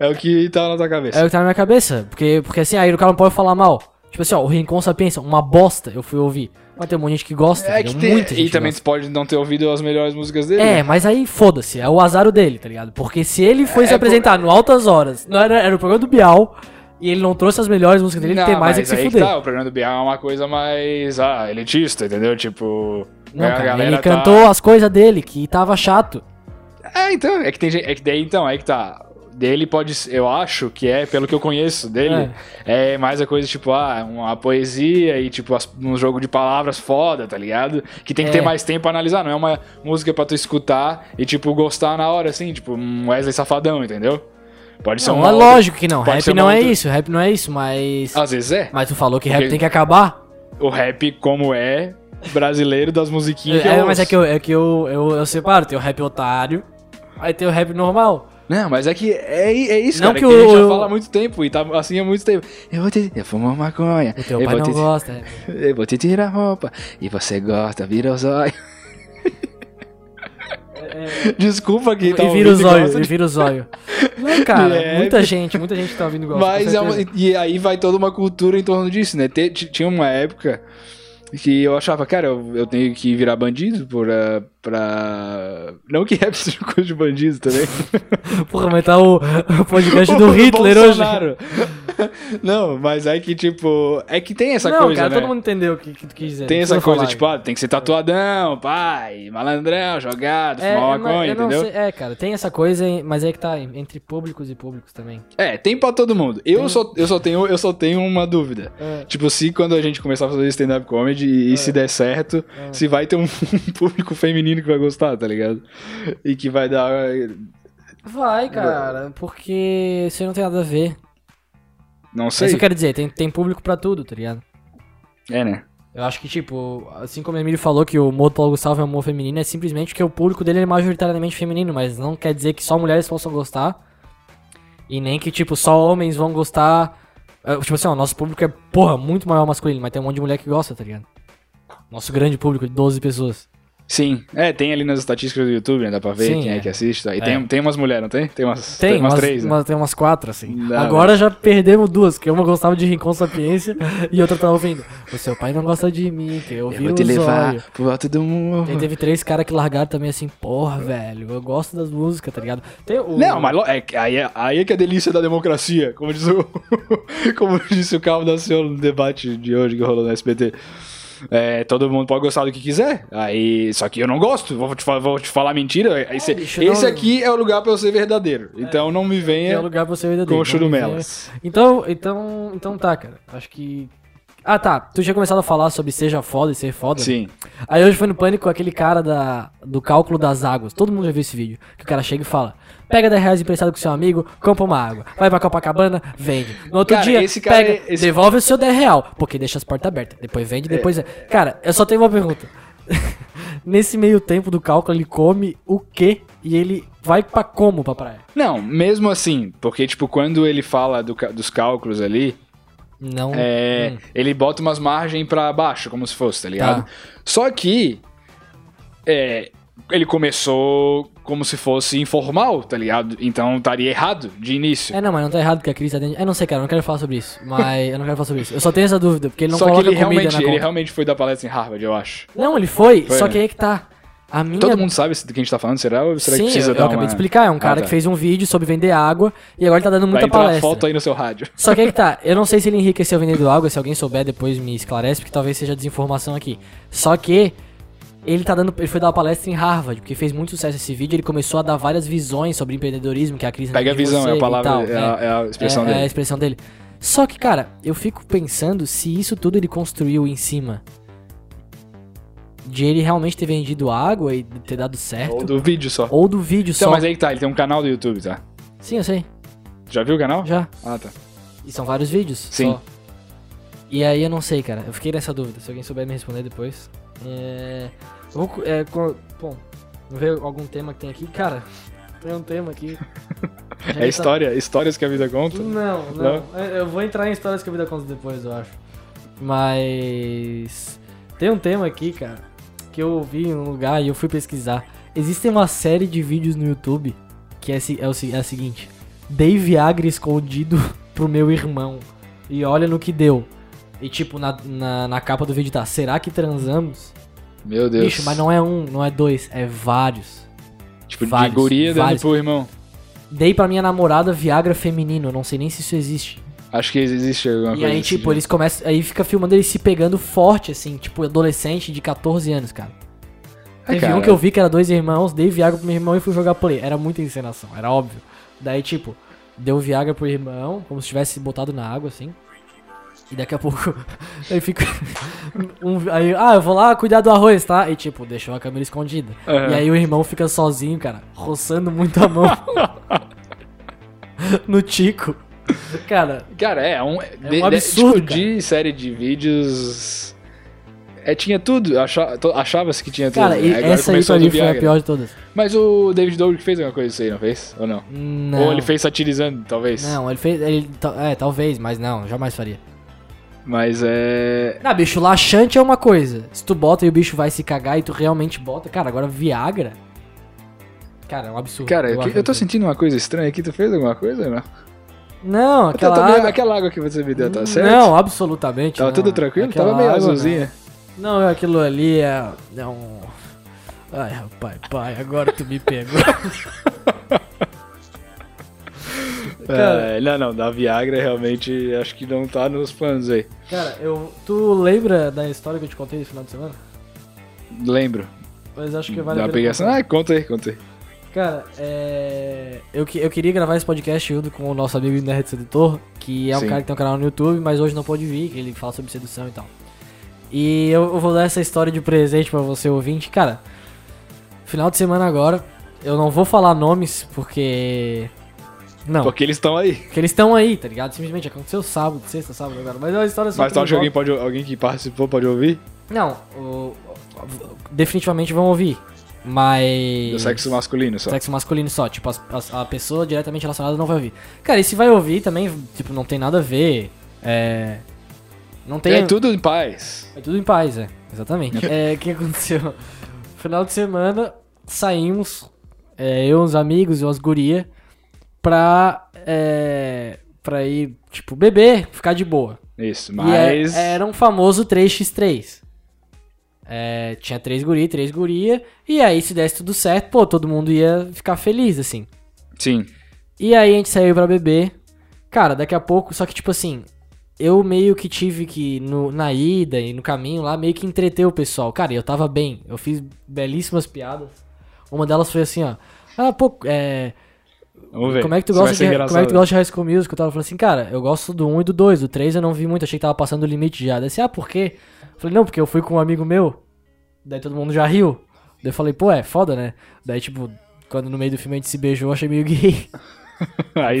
Speaker 2: É o que tá na tua cabeça.
Speaker 1: É o que tá na minha cabeça. Porque, porque assim, aí o cara não pode falar mal. Tipo assim, ó, o Rincon Sapiência, uma bosta, eu fui ouvir. Mas tem um monte de gente que gosta,
Speaker 2: É
Speaker 1: entendeu?
Speaker 2: que tem,
Speaker 1: muita gente
Speaker 2: e também
Speaker 1: gosta.
Speaker 2: tu pode não ter ouvido as melhores músicas dele. né?
Speaker 1: É, mas aí foda-se, é o azar dele, tá ligado? Porque se ele foi
Speaker 2: É,
Speaker 1: se apresentar no Altas Horas, não era, era o programa do Bial, e ele não trouxe as melhores músicas dele, ele tem mais é que
Speaker 2: mas
Speaker 1: se
Speaker 2: aí
Speaker 1: fuder.
Speaker 2: tá, o programa do Bial é uma coisa mais, ah, elitista, entendeu? Tipo,
Speaker 1: Não,
Speaker 2: a
Speaker 1: cara,
Speaker 2: galera
Speaker 1: ele
Speaker 2: tá-
Speaker 1: cantou as coisas dele, que tava chato.
Speaker 2: É, então, é que tem gente, é que daí então, aí que tá. dele pode ser- eu acho que é, pelo que eu conheço dele, é, mais a coisa tipo, ah, uma poesia e tipo as- um jogo de palavras foda, tá ligado? Que tem que
Speaker 1: É.
Speaker 2: ter mais tempo pra analisar, não é uma música pra tu escutar e tipo gostar na hora assim, tipo um Wesley Safadão, entendeu? Pode ser um
Speaker 1: Não,
Speaker 2: uma
Speaker 1: é
Speaker 2: outra-
Speaker 1: lógico que não.
Speaker 2: pode ser
Speaker 1: Rap
Speaker 2: uma
Speaker 1: não é
Speaker 2: outra-
Speaker 1: isso, rap não é isso, mas.
Speaker 2: Às vezes é.
Speaker 1: Mas tu falou que rap
Speaker 2: Porque-
Speaker 1: tem que acabar.
Speaker 2: O rap como é brasileiro das musiquinhas que
Speaker 1: É,
Speaker 2: eu
Speaker 1: mas
Speaker 2: ouço.
Speaker 1: é que, eu, é que eu, eu, eu separo, tem o rap otário, aí tem o rap normal.
Speaker 2: Não, mas é que é, é isso,
Speaker 1: Não
Speaker 2: cara,
Speaker 1: que
Speaker 2: que, a gente
Speaker 1: o-
Speaker 2: já fala há muito tempo e tá assim há muito tempo. Eu vou te... Eu fumo maconha.
Speaker 1: O teu
Speaker 2: eu
Speaker 1: pai
Speaker 2: vou
Speaker 1: não
Speaker 2: te...
Speaker 1: gosta. é.
Speaker 2: Eu vou te tirar a roupa. E você gosta, vira os olhos. Desculpa quem tá
Speaker 1: É, e vira
Speaker 2: ouvindo
Speaker 1: os
Speaker 2: e
Speaker 1: olhos,
Speaker 2: gosta
Speaker 1: e
Speaker 2: de-
Speaker 1: vira os olhos. Não, cara,
Speaker 2: É.
Speaker 1: muita gente, muita gente tá ouvindo gosta.
Speaker 2: Mas
Speaker 1: com
Speaker 2: é uma-
Speaker 1: certeza.
Speaker 2: e aí vai toda uma cultura em torno disso, né? Te- t- Tinha uma época que eu achava, cara, eu, eu tenho que virar bandido por, ah, pra. Não que rap seja coisa de bandido também.
Speaker 1: Porra, mas tá o, o podcast do Hitler hoje.
Speaker 2: Bolsonaro. Não, mas é que, tipo, é que tem essa
Speaker 1: não,
Speaker 2: coisa,
Speaker 1: cara,
Speaker 2: né?
Speaker 1: todo mundo entendeu o que, que tu quis dizer.
Speaker 2: Tem
Speaker 1: não
Speaker 2: essa
Speaker 1: precisa
Speaker 2: coisa,
Speaker 1: falar.
Speaker 2: tipo, ah, tem que ser tatuadão, pai, malandrão, jogado,
Speaker 1: É,
Speaker 2: fumar
Speaker 1: eu não-
Speaker 2: maconha,
Speaker 1: eu não
Speaker 2: entendeu?
Speaker 1: sei- é, cara, tem essa coisa, mas é que tá entre públicos e públicos também.
Speaker 2: É, tem pra todo mundo. Eu,
Speaker 1: Tem.
Speaker 2: Só, eu, só tenho, eu só tenho uma dúvida.
Speaker 1: É.
Speaker 2: Tipo, se quando a gente começar a fazer stand-up comedy e se der certo,
Speaker 1: É.
Speaker 2: se vai ter um, um público feminino que vai gostar, tá ligado? E que vai dar.
Speaker 1: Vai, cara, porque isso aí não tem nada a ver.
Speaker 2: Não
Speaker 1: É
Speaker 2: sei.
Speaker 1: isso que eu quero dizer, tem, tem público pra tudo, tá ligado?
Speaker 2: É, né?
Speaker 1: Eu acho que, tipo, assim como o Emílio falou que o humor do Paulo Gustavo é humor feminino, é simplesmente que o público dele é majoritariamente feminino, mas não quer dizer que só mulheres possam gostar. E nem que, tipo, só homens vão gostar. É, Tipo assim, ó, nosso público é, porra, muito maior masculino, mas tem um monte de mulher que gosta, tá ligado? Nosso grande público de 12 pessoas.
Speaker 2: Sim. É, tem ali nas estatísticas do YouTube, né? Dá pra ver
Speaker 1: Sim,
Speaker 2: quem é,
Speaker 1: é.
Speaker 2: que assiste. tá? E tem, tem umas mulheres, não tem? Tem umas,
Speaker 1: Tem,
Speaker 2: umas
Speaker 1: umas-
Speaker 2: três, né?
Speaker 1: umas- tem umas quatro, assim.
Speaker 2: Não, né?
Speaker 1: Agora já perdemos duas, que uma gostava de Rincon Sapiência e outra tava ouvindo. O seu pai não gosta de mim, que eu vi o zóio.
Speaker 2: pro alto do mundo.
Speaker 1: Tem, teve três caras que largaram também assim, porra, velho, eu gosto das músicas, tá ligado? Tem o...
Speaker 2: Não, mas lo- é, que- aí, é, aí é que é a delícia da democracia, como disse o, como disse o Carlos da Senhora no debate de hoje que rolou no SBT. É, todo mundo pode gostar do que quiser. Aí, só que eu não gosto, vou te, fa- vou te falar mentira. Esse,
Speaker 1: Ah, bicho,
Speaker 2: esse
Speaker 1: não-
Speaker 2: aqui é o lugar pra eu ser verdadeiro. Então não me
Speaker 1: que é o
Speaker 2: venha
Speaker 1: lugar pra você ver
Speaker 2: com churumelas.
Speaker 1: É. Então, então, então tá, cara. Acho que. Ah, tá. Tu tinha começado a falar sobre seja foda e ser foda. né?
Speaker 2: Sim.
Speaker 1: Aí hoje foi no pânico aquele cara da, do cálculo das águas. Todo mundo já viu esse vídeo. Que o cara chega e fala: pega 10 reais emprestado com seu amigo, compra uma água, vai pra Copacabana, vende. No outro
Speaker 2: Cara,
Speaker 1: dia,
Speaker 2: esse cara
Speaker 1: pega,
Speaker 2: é- esse- É.
Speaker 1: devolve o seu 10 real, porque deixa as portas abertas. Depois vende, depois. é. Cara, eu só tenho uma pergunta. Nesse meio tempo do cálculo, ele come o quê? E ele vai pra como pra praia?
Speaker 2: Não, mesmo assim, porque, tipo, quando ele fala do ca- dos cálculos ali,
Speaker 1: Não.
Speaker 2: É,
Speaker 1: Hum.
Speaker 2: Ele bota umas margens pra baixo, como se fosse, tá ligado? Só que. é, ele começou como se fosse informal, tá ligado? Então estaria errado de início.
Speaker 1: É, não, mas não tá errado porque a Cris atende. É, não sei, cara, eu não quero falar sobre isso. Mas eu não quero falar sobre isso. Eu só tenho essa dúvida, porque ele não
Speaker 2: Só que
Speaker 1: coloca
Speaker 2: ele
Speaker 1: comida na
Speaker 2: realmente,
Speaker 1: conta.
Speaker 2: ele realmente foi dar palestra em Harvard, eu acho.
Speaker 1: Não, ele foi,
Speaker 2: Foi,
Speaker 1: só
Speaker 2: né?
Speaker 1: que aí que tá. A minha
Speaker 2: Todo mundo sabe do que a gente tá falando, será? Ou será
Speaker 1: Sim,
Speaker 2: que precisa
Speaker 1: eu, eu
Speaker 2: dar
Speaker 1: acabei
Speaker 2: uma...
Speaker 1: de explicar. É um cara
Speaker 2: Ah, tá.
Speaker 1: que fez um vídeo sobre vender água e agora ele tá dando
Speaker 2: Vai
Speaker 1: muita
Speaker 2: entrar
Speaker 1: palestra.
Speaker 2: foto aí no seu rádio.
Speaker 1: Só que aí que tá. Eu não sei se ele enriqueceu vendendo água. Se alguém souber, depois me esclarece, porque talvez seja desinformação aqui. Só que ele tá dando, ele foi dar uma palestra em Harvard, porque fez muito sucesso esse vídeo. Ele começou a dar várias visões sobre empreendedorismo, que a Cris
Speaker 2: Pega a
Speaker 1: de
Speaker 2: visão,
Speaker 1: você
Speaker 2: é a
Speaker 1: e
Speaker 2: palavra,
Speaker 1: tal,
Speaker 2: é, a, é a
Speaker 1: é,
Speaker 2: expressão
Speaker 1: é
Speaker 2: dele.
Speaker 1: a expressão dele. Só que, cara, eu fico pensando se isso tudo ele construiu em cima de ele realmente ter vendido água e ter dado certo.
Speaker 2: Ou do vídeo só.
Speaker 1: é, Ou do vídeo
Speaker 2: Então,
Speaker 1: só.
Speaker 2: mas aí que tá, ele tem um canal do YouTube, tá?
Speaker 1: Sim, eu sei.
Speaker 2: Já viu o canal?
Speaker 1: Já.
Speaker 2: Ah, tá.
Speaker 1: E são vários vídeos.
Speaker 2: Sim.
Speaker 1: só. E aí eu não sei, cara. Eu fiquei nessa dúvida. Se alguém souber me responder depois. É. eu Vou. co- É, co- Bom, vamos ver algum tema que tem aqui. Cara, tem um tema aqui. Já que tá-
Speaker 2: É história, histórias que a vida conta.
Speaker 1: Não, não. Eu eu vou entrar em histórias que a vida conta depois, eu acho. Mas. Tem um tema aqui, cara, que eu ouvi em um lugar e eu fui pesquisar. Existe uma série de vídeos no YouTube que é, se- é o, se- é a seguinte: Dei Viagra escondido pro meu irmão. E olha no que deu. E tipo, na, na, na capa do vídeo tá: Será que transamos?
Speaker 2: Meu Deus.
Speaker 1: Bicho, mas não é um, não é dois, é vários.
Speaker 2: Tipo,
Speaker 1: vários,
Speaker 2: de guria dando
Speaker 1: vários.
Speaker 2: pro irmão.
Speaker 1: Dei pra minha namorada Viagra feminino, eu não sei nem se isso existe.
Speaker 2: Acho que existe alguma
Speaker 1: E
Speaker 2: coisa. assim, né?
Speaker 1: aí,
Speaker 2: desse
Speaker 1: tipo, eles começam. Aí fica filmando eles se pegando forte, assim, tipo, adolescente de 14 anos, cara.
Speaker 2: É,
Speaker 1: Teve
Speaker 2: cara.
Speaker 1: um que eu vi que era dois irmãos, dei Viagra pro meu irmão e fui jogar play. Era muita encenação, era óbvio. Daí, tipo, deu Viagra pro irmão, como se tivesse botado na água, assim. E daqui a pouco, aí fica. um- aí, ah, eu vou lá cuidar do arroz, tá? E tipo, deixou a câmera escondida.
Speaker 2: Aham.
Speaker 1: E aí o irmão fica sozinho, cara, roçando muito a mão. no Tico. Cara,
Speaker 2: Cara, é um, de- de-
Speaker 1: absurdo,
Speaker 2: tipo, de série de vídeos. É, tinha tudo, acha- to- achava-se que tinha tudo.
Speaker 1: cara, e
Speaker 2: né? Agora
Speaker 1: essa aí
Speaker 2: começou
Speaker 1: pra mim
Speaker 2: do
Speaker 1: foi a
Speaker 2: Viagra.
Speaker 1: pior de todas.
Speaker 2: Mas o David Dobrik fez alguma coisa disso aí, não fez? Ou não?
Speaker 1: Não.
Speaker 2: Ou ele fez satirizando, talvez.
Speaker 1: Não, ele fez. Ele, ta- é, talvez, mas não, jamais faria.
Speaker 2: Mas é.
Speaker 1: Não, bicho, laxante é uma coisa. Se tu bota e o bicho vai se cagar e tu realmente bota. Cara, agora Viagra. Cara, é um absurdo.
Speaker 2: Cara, eu,
Speaker 1: acho
Speaker 2: eu tô assim,
Speaker 1: absurdo.
Speaker 2: sentindo uma coisa estranha aqui. Tu fez alguma coisa ou não?
Speaker 1: Não,
Speaker 2: Aquela,
Speaker 1: aquela.
Speaker 2: água...
Speaker 1: água-
Speaker 2: aquela água que você me deu, tá certo?
Speaker 1: Não, absolutamente.
Speaker 2: Tava
Speaker 1: não.
Speaker 2: tudo tranquilo?
Speaker 1: Aquela
Speaker 2: Tava meio
Speaker 1: água, né?
Speaker 2: azulzinha.
Speaker 1: Não. não, aquilo ali é. É um. Ai, rapaz, pai, agora tu me pegou. Cara.
Speaker 2: É, não, não, da Viagra realmente acho que não tá nos planos aí.
Speaker 1: Cara, eu. Tu lembra da história que eu te contei esse final de semana?
Speaker 2: Lembro.
Speaker 1: Mas acho que vale
Speaker 2: da
Speaker 1: a pena.
Speaker 2: pegação. Ah, conta aí, conta aí.
Speaker 1: Cara, é... eu, que- eu queria gravar esse podcast junto com o nosso amigo Nerd Sedutor, que é um
Speaker 2: Sim.
Speaker 1: cara que tem um canal no YouTube, mas hoje não pôde vir, que ele fala sobre sedução e tal. E eu, eu vou dar essa história de presente pra você ouvinte. Cara, final de semana agora, eu não vou falar nomes, porque... Não, porque,
Speaker 2: Porque eles estão aí.
Speaker 1: eles estão aí, tá ligado? Simplesmente aconteceu sábado, sexta, sábado agora, mas é uma história
Speaker 2: Mas tá um tu acha que
Speaker 1: sobre...
Speaker 2: alguém, pode, alguém que participou pode ouvir?
Speaker 1: Não, o- definitivamente vão ouvir, mas...
Speaker 2: Do sexo masculino só.
Speaker 1: Sexo masculino só, tipo, as- as- a pessoa diretamente relacionada não vai ouvir. Cara, e se vai ouvir também, tipo, não tem nada a ver. É. Não tem. um-
Speaker 2: É tudo em paz.
Speaker 1: é tudo em paz, é. Exatamente. É, o que aconteceu? Final de semana, saímos, é, eu, uns amigos e umas guria, pra. É, pra ir, tipo, beber, ficar de boa.
Speaker 2: Isso,
Speaker 1: E é-
Speaker 2: mas.
Speaker 1: era um famoso 3x3. É, tinha três guri, três guria, e aí se desse tudo certo, pô, todo mundo ia ficar feliz, assim.
Speaker 2: Sim.
Speaker 1: E aí a gente saiu pra beber. Cara, daqui a pouco, só que tipo assim, eu meio que tive que, no, na ida e no caminho lá, meio que entreter o pessoal. Cara, e eu tava bem, eu fiz belíssimas piadas. Uma delas foi assim, ó. Ah, pô, é.
Speaker 2: Vamos ver.
Speaker 1: Como é que tu
Speaker 2: Isso
Speaker 1: gosta
Speaker 2: vai ser
Speaker 1: de, como é que
Speaker 2: engraçado. né?
Speaker 1: tu gosta de High School Music? Eu tava falando assim, cara, eu gosto do 1 e do 2, do 3 eu não vi muito, achei que tava passando o limite já. Daí assim, ah, por quê? Eu falei, não, porque eu fui com um amigo meu. Daí todo mundo já riu. Daí eu falei, pô, é foda, né? Daí, tipo, quando no meio do filme a gente se beijou, eu achei meio gay.
Speaker 2: Aí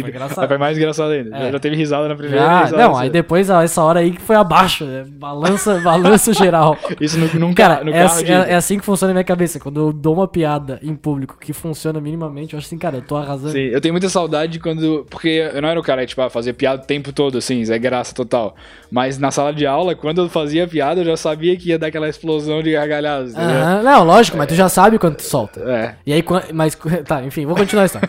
Speaker 1: Foi
Speaker 2: foi,
Speaker 1: engraçado.
Speaker 2: aí foi mais engraçado ainda.
Speaker 1: É.
Speaker 2: Já teve risada na primeira.
Speaker 1: Ah,
Speaker 2: risada
Speaker 1: não,
Speaker 2: na
Speaker 1: aí
Speaker 2: segunda.
Speaker 1: depois ó, essa hora aí que foi abaixo, né? Balança, balança geral.
Speaker 2: Isso no, num
Speaker 1: Cara,
Speaker 2: ca- no
Speaker 1: é,
Speaker 2: carro
Speaker 1: assim,
Speaker 2: de...
Speaker 1: é- é assim que funciona a minha cabeça. Quando eu dou uma piada em público que funciona minimamente, eu acho assim, cara, eu tô arrasando.
Speaker 2: Sim, eu tenho muita saudade de quando. Porque eu não era o cara, tipo, a fazer piada o tempo todo, assim, é graça total. Mas na sala de aula, quando eu fazia piada, eu já sabia que ia dar aquela explosão de gargalhadas. entendeu?
Speaker 1: Aham, Não, lógico, mas tu já sabe quando tu solta.
Speaker 2: É.
Speaker 1: E aí, quan- mas. Tá, enfim, vou continuar a história.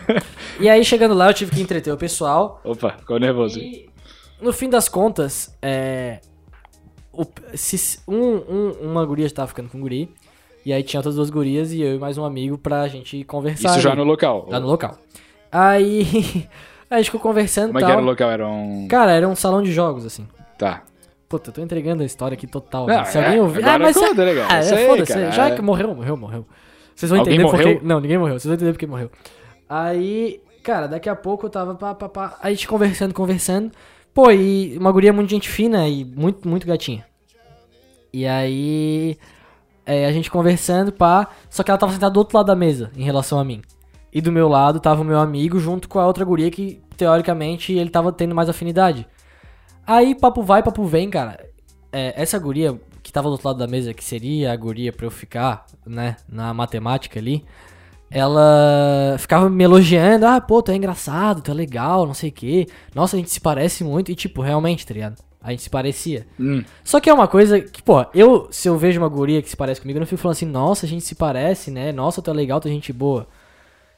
Speaker 1: e aí, chegando lá, eu tive que entreter o pessoal.
Speaker 2: Opa, ficou nervoso.
Speaker 1: E, no fim das contas, é. o- se, um, um- uma guria tava ficando com um guri. E aí tinha outras duas gurias e eu e mais um amigo pra gente conversar.
Speaker 2: Isso já
Speaker 1: ali,
Speaker 2: no local.
Speaker 1: já no local. Aí. A gente ficou conversando
Speaker 2: Como
Speaker 1: e
Speaker 2: é que
Speaker 1: tal.
Speaker 2: era o local? Era um.
Speaker 1: Cara, era um salão de jogos, assim.
Speaker 2: Tá.
Speaker 1: Puta, eu tô entregando a história aqui total.
Speaker 2: Não,
Speaker 1: né? Se alguém
Speaker 2: é,
Speaker 1: ouvir.
Speaker 2: agora conta,
Speaker 1: é,
Speaker 2: legal.
Speaker 1: Ah, é,
Speaker 2: Isso aí,
Speaker 1: foda-se.
Speaker 2: cara,
Speaker 1: Já
Speaker 2: é.
Speaker 1: que morreu, morreu, morreu. Vocês vão
Speaker 2: Alguém
Speaker 1: entender por
Speaker 2: morreu?
Speaker 1: porque. Não, ninguém morreu. Vocês vão entender porque morreu. Aí, cara, daqui a pouco eu tava pá, pá, pá. A gente conversando, conversando. Pô, e uma guria muito gente fina e muito, muito gatinha. E aí. é, a gente conversando, pá. Só que ela tava sentada do outro lado da mesa em relação a mim. E do meu lado tava o meu amigo junto com a outra guria que, teoricamente, ele tava tendo mais afinidade. Aí, papo vai, papo vem, cara. É, essa guria que tava do outro lado da mesa, que seria a guria pra eu ficar, né, na matemática ali, ela ficava me elogiando. Ah, pô, tu é engraçado, tu é legal, não sei o quê. Nossa, a gente se parece muito. E, tipo, realmente, tá ligado? A gente se parecia.
Speaker 2: Hum.
Speaker 1: Só que é uma coisa que, pô, eu, se eu vejo uma guria que se parece comigo, eu não fico falando assim, nossa, a gente se parece, né? Nossa, tu é legal, tu é gente boa.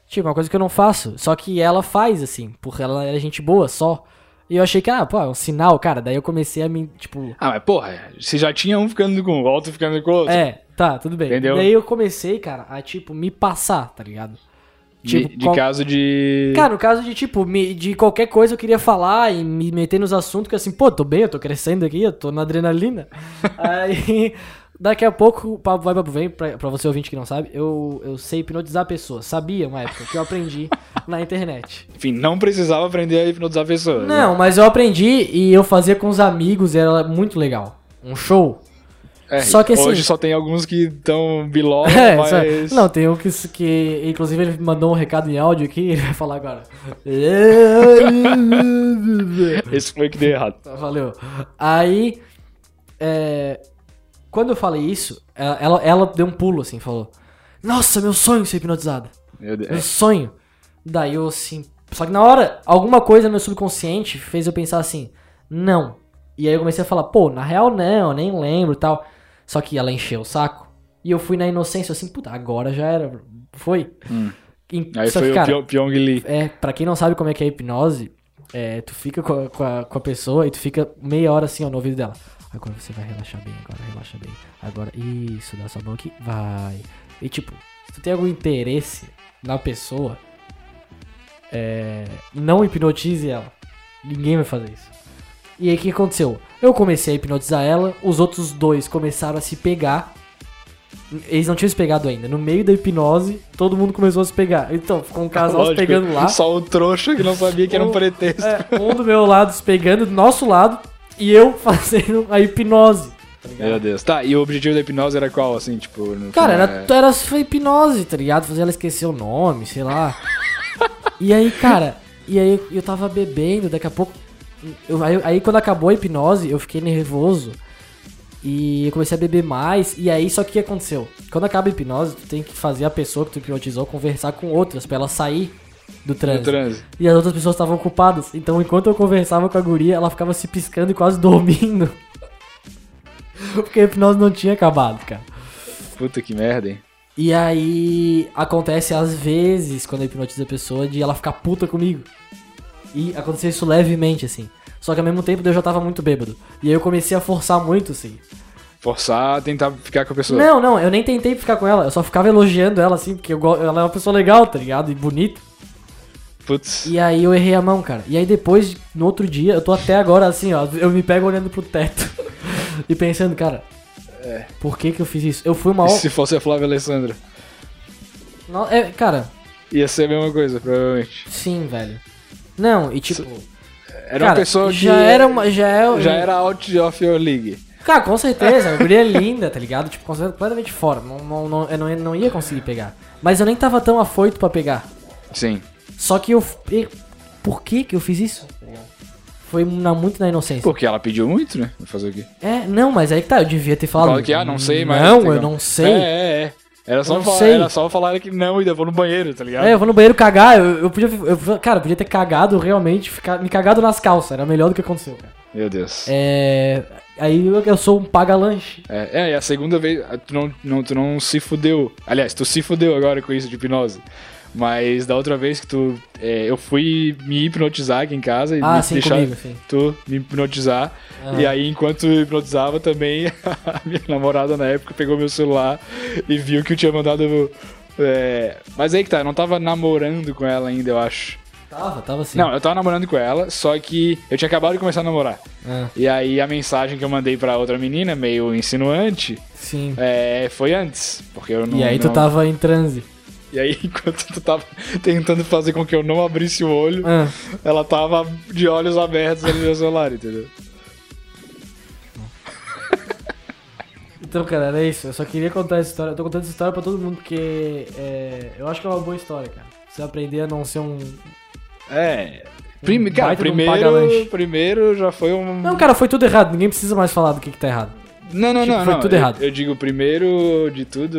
Speaker 1: Tipo, uma coisa que eu não faço. Só que ela faz, assim, porque ela é gente boa só. E eu achei que, ah, pô, é um sinal, cara. Daí eu comecei a me, tipo.
Speaker 2: Ah, mas porra, se já tinha um ficando com o outro ficando com o outro.
Speaker 1: É, tá, tudo bem.
Speaker 2: Tipo assim. Entendeu?
Speaker 1: Daí eu comecei, cara, a, tipo, me passar, tá ligado? Tipo,
Speaker 2: de, de
Speaker 1: qual-
Speaker 2: caso de.
Speaker 1: Cara, no caso de, tipo, me- de qualquer coisa eu queria falar e me meter nos assuntos, que assim, pô, tô bem, eu tô crescendo aqui, eu tô na adrenalina. aí, Daqui a pouco, papo vai, papo vem, pra, pra você ouvinte que não sabe, eu, eu sei hipnotizar pessoas. Sabia uma época que eu aprendi na internet.
Speaker 2: Enfim, não precisava aprender a hipnotizar pessoas. né?
Speaker 1: Não, mas eu aprendi e eu fazia com os amigos e era muito legal. Um show.
Speaker 2: É,
Speaker 1: só que assim-
Speaker 2: Hoje só tem alguns que estão biló,
Speaker 1: É,
Speaker 2: mas...
Speaker 1: só- Não, tem um que, que. Inclusive, ele mandou um recado em áudio aqui ele vai falar agora. É.
Speaker 2: Esse foi o que deu errado.
Speaker 1: Valeu. Aí. é, quando eu falei isso, ela, ela- ela deu um pulo assim, falou: Nossa, meu sonho é ser hipnotizada.
Speaker 2: Meu Deus.
Speaker 1: Meu Um sonho. Daí eu assim. Só que na hora, alguma coisa no meu subconsciente fez eu pensar assim, não. E aí eu comecei a falar, pô, na real não, nem lembro e tal. Só que ela encheu o saco. E eu fui na inocência assim, puta, agora já era. bro. Foi. E-
Speaker 2: Hum. Aí
Speaker 1: só
Speaker 2: foi
Speaker 1: que, cara,
Speaker 2: o Pyong- Pyong Lee.
Speaker 1: é, pra quem não sabe como é que é a hipnose, é, tu fica com a, com a- com a pessoa e tu fica meia hora assim, ó, no ouvido dela. Agora você vai relaxar bem, agora relaxa bem. Agora, isso, dá sua mão aqui, vai. E tipo, se tu tem algum interesse na pessoa, é, não hipnotize ela. Ninguém vai fazer isso. E aí o que aconteceu? Eu comecei a hipnotizar ela, os outros dois começaram a se pegar. Eles não tinham se pegado ainda. No meio da hipnose, todo mundo começou a se pegar. Então, ficou um casal se
Speaker 2: Lógico,
Speaker 1: pegando lá.
Speaker 2: Só o trouxa que não sabia que era um
Speaker 1: O-
Speaker 2: pretexto.
Speaker 1: É, um do meu lado se pegando, do nosso lado, e eu fazendo a hipnose. tá ligado?
Speaker 2: Meu Deus. Tá, e o objetivo da hipnose era qual, assim, tipo... no
Speaker 1: Cara,
Speaker 2: final,
Speaker 1: era, era só hipnose, tá ligado? Fazer ela esquecer o nome, sei lá. e aí, cara, e aí eu tava bebendo, daqui a pouco. eu- aí, aí quando acabou a hipnose, eu fiquei nervoso. E eu comecei a beber mais. E aí, só que o que aconteceu? Quando acaba a hipnose, tu tem que fazer a pessoa que tu hipnotizou conversar com outras pra ela sair do
Speaker 2: é,
Speaker 1: trânsito.
Speaker 2: no transe.
Speaker 1: E as outras pessoas estavam ocupadas. Então, enquanto eu conversava com a guria, ela ficava se piscando e quase dormindo. Porque a hipnose não tinha acabado, cara.
Speaker 2: Puta que merda, hein?
Speaker 1: E aí acontece às vezes, quando eu hipnotizo a pessoa, de ela ficar puta comigo. E aconteceu isso levemente, assim. Só que ao mesmo tempo eu já tava muito bêbado. E aí eu comecei a forçar muito, assim.
Speaker 2: Forçar a tentar ficar com a pessoa.
Speaker 1: Não, não, eu nem tentei ficar com ela. Eu só ficava elogiando ela, assim, porque eu go- ela é uma pessoa legal, tá ligado? E bonita.
Speaker 2: Putz.
Speaker 1: E aí eu errei a mão, cara. E aí depois, no outro dia, eu tô até agora assim, ó, eu me pego olhando pro teto e pensando, cara, por que que eu fiz isso? Eu fui uma...
Speaker 2: E
Speaker 1: o-
Speaker 2: se fosse a Flávia Alessandra?
Speaker 1: No- é, cara,
Speaker 2: Ia ser a mesma coisa, provavelmente.
Speaker 1: sim, velho. Não, e tipo...
Speaker 2: Era
Speaker 1: cara,
Speaker 2: uma pessoa
Speaker 1: já
Speaker 2: que...
Speaker 1: era uma... Já, é,
Speaker 2: Já era out of your league.
Speaker 1: Cara, com certeza, a guria é linda, tá ligado? Tipo, com certeza, completamente fora. Não, não, não, eu não, ia- não ia conseguir pegar. Mas eu nem tava tão afoito pra pegar.
Speaker 2: Sim.
Speaker 1: Só que eu... e- Por que que eu fiz isso? tá ligado? Foi na- muito na inocência.
Speaker 2: Porque ela pediu muito, né? Vai Fazer o quê?
Speaker 1: É, não, mas aí que tá, eu devia ter falado.
Speaker 2: Fala que, ah, não sei, mas...
Speaker 1: Não,
Speaker 2: tem
Speaker 1: eu
Speaker 2: como.
Speaker 1: não sei. É,
Speaker 2: É, é, é. Era só,
Speaker 1: não
Speaker 2: falar,
Speaker 1: sei.
Speaker 2: era só falar que não, ainda vou no banheiro, tá ligado?
Speaker 1: É, eu vou no banheiro cagar, eu, eu podia. Eu, cara, eu podia ter cagado realmente, ficar, me cagado nas calças, era melhor do que aconteceu, cara.
Speaker 2: Meu Deus.
Speaker 1: É. Aí eu, eu sou um paga-lanche.
Speaker 2: É, é, e a segunda vez ah, tu não, não, tu não se fudeu. Aliás, tu se fudeu agora com isso de hipnose. Mas da outra vez que tu. é, eu fui me hipnotizar aqui em casa e
Speaker 1: Ah,
Speaker 2: me
Speaker 1: sim,
Speaker 2: deixar
Speaker 1: comigo, sim. Ah.
Speaker 2: tu me hipnotizar. E aí, enquanto eu hipnotizava também, a minha namorada na época pegou meu celular e viu que eu tinha mandado. é, Mas aí que tá, eu não tava namorando com ela ainda, eu acho.
Speaker 1: Tava, tava assim.
Speaker 2: Não, eu tava namorando com ela, só que eu tinha acabado de começar a namorar.
Speaker 1: Ah,
Speaker 2: E aí a mensagem que eu mandei pra outra menina, meio insinuante,
Speaker 1: sim.
Speaker 2: é, foi antes, porque eu não.
Speaker 1: e aí tu
Speaker 2: não-
Speaker 1: tava em transe.
Speaker 2: E aí, enquanto tu tava tentando fazer com que eu não abrisse o olho,
Speaker 1: Ah,
Speaker 2: ela tava de olhos abertos ali no meu celular, entendeu?
Speaker 1: então, cara, era isso. Eu só queria contar essa história. Eu tô contando essa história pra todo mundo porque é, eu acho que é uma boa história, cara. Você aprender a não ser um.
Speaker 2: É. Prime...
Speaker 1: Um
Speaker 2: Cara,
Speaker 1: baita de um paga-lanche.
Speaker 2: primeiro, primeiro já foi um.
Speaker 1: Não, cara, foi tudo errado. Ninguém precisa mais falar do que, que tá errado.
Speaker 2: não, não,
Speaker 1: tipo,
Speaker 2: não.
Speaker 1: foi
Speaker 2: não.
Speaker 1: tudo
Speaker 2: eu,
Speaker 1: errado.
Speaker 2: Eu digo, primeiro de tudo.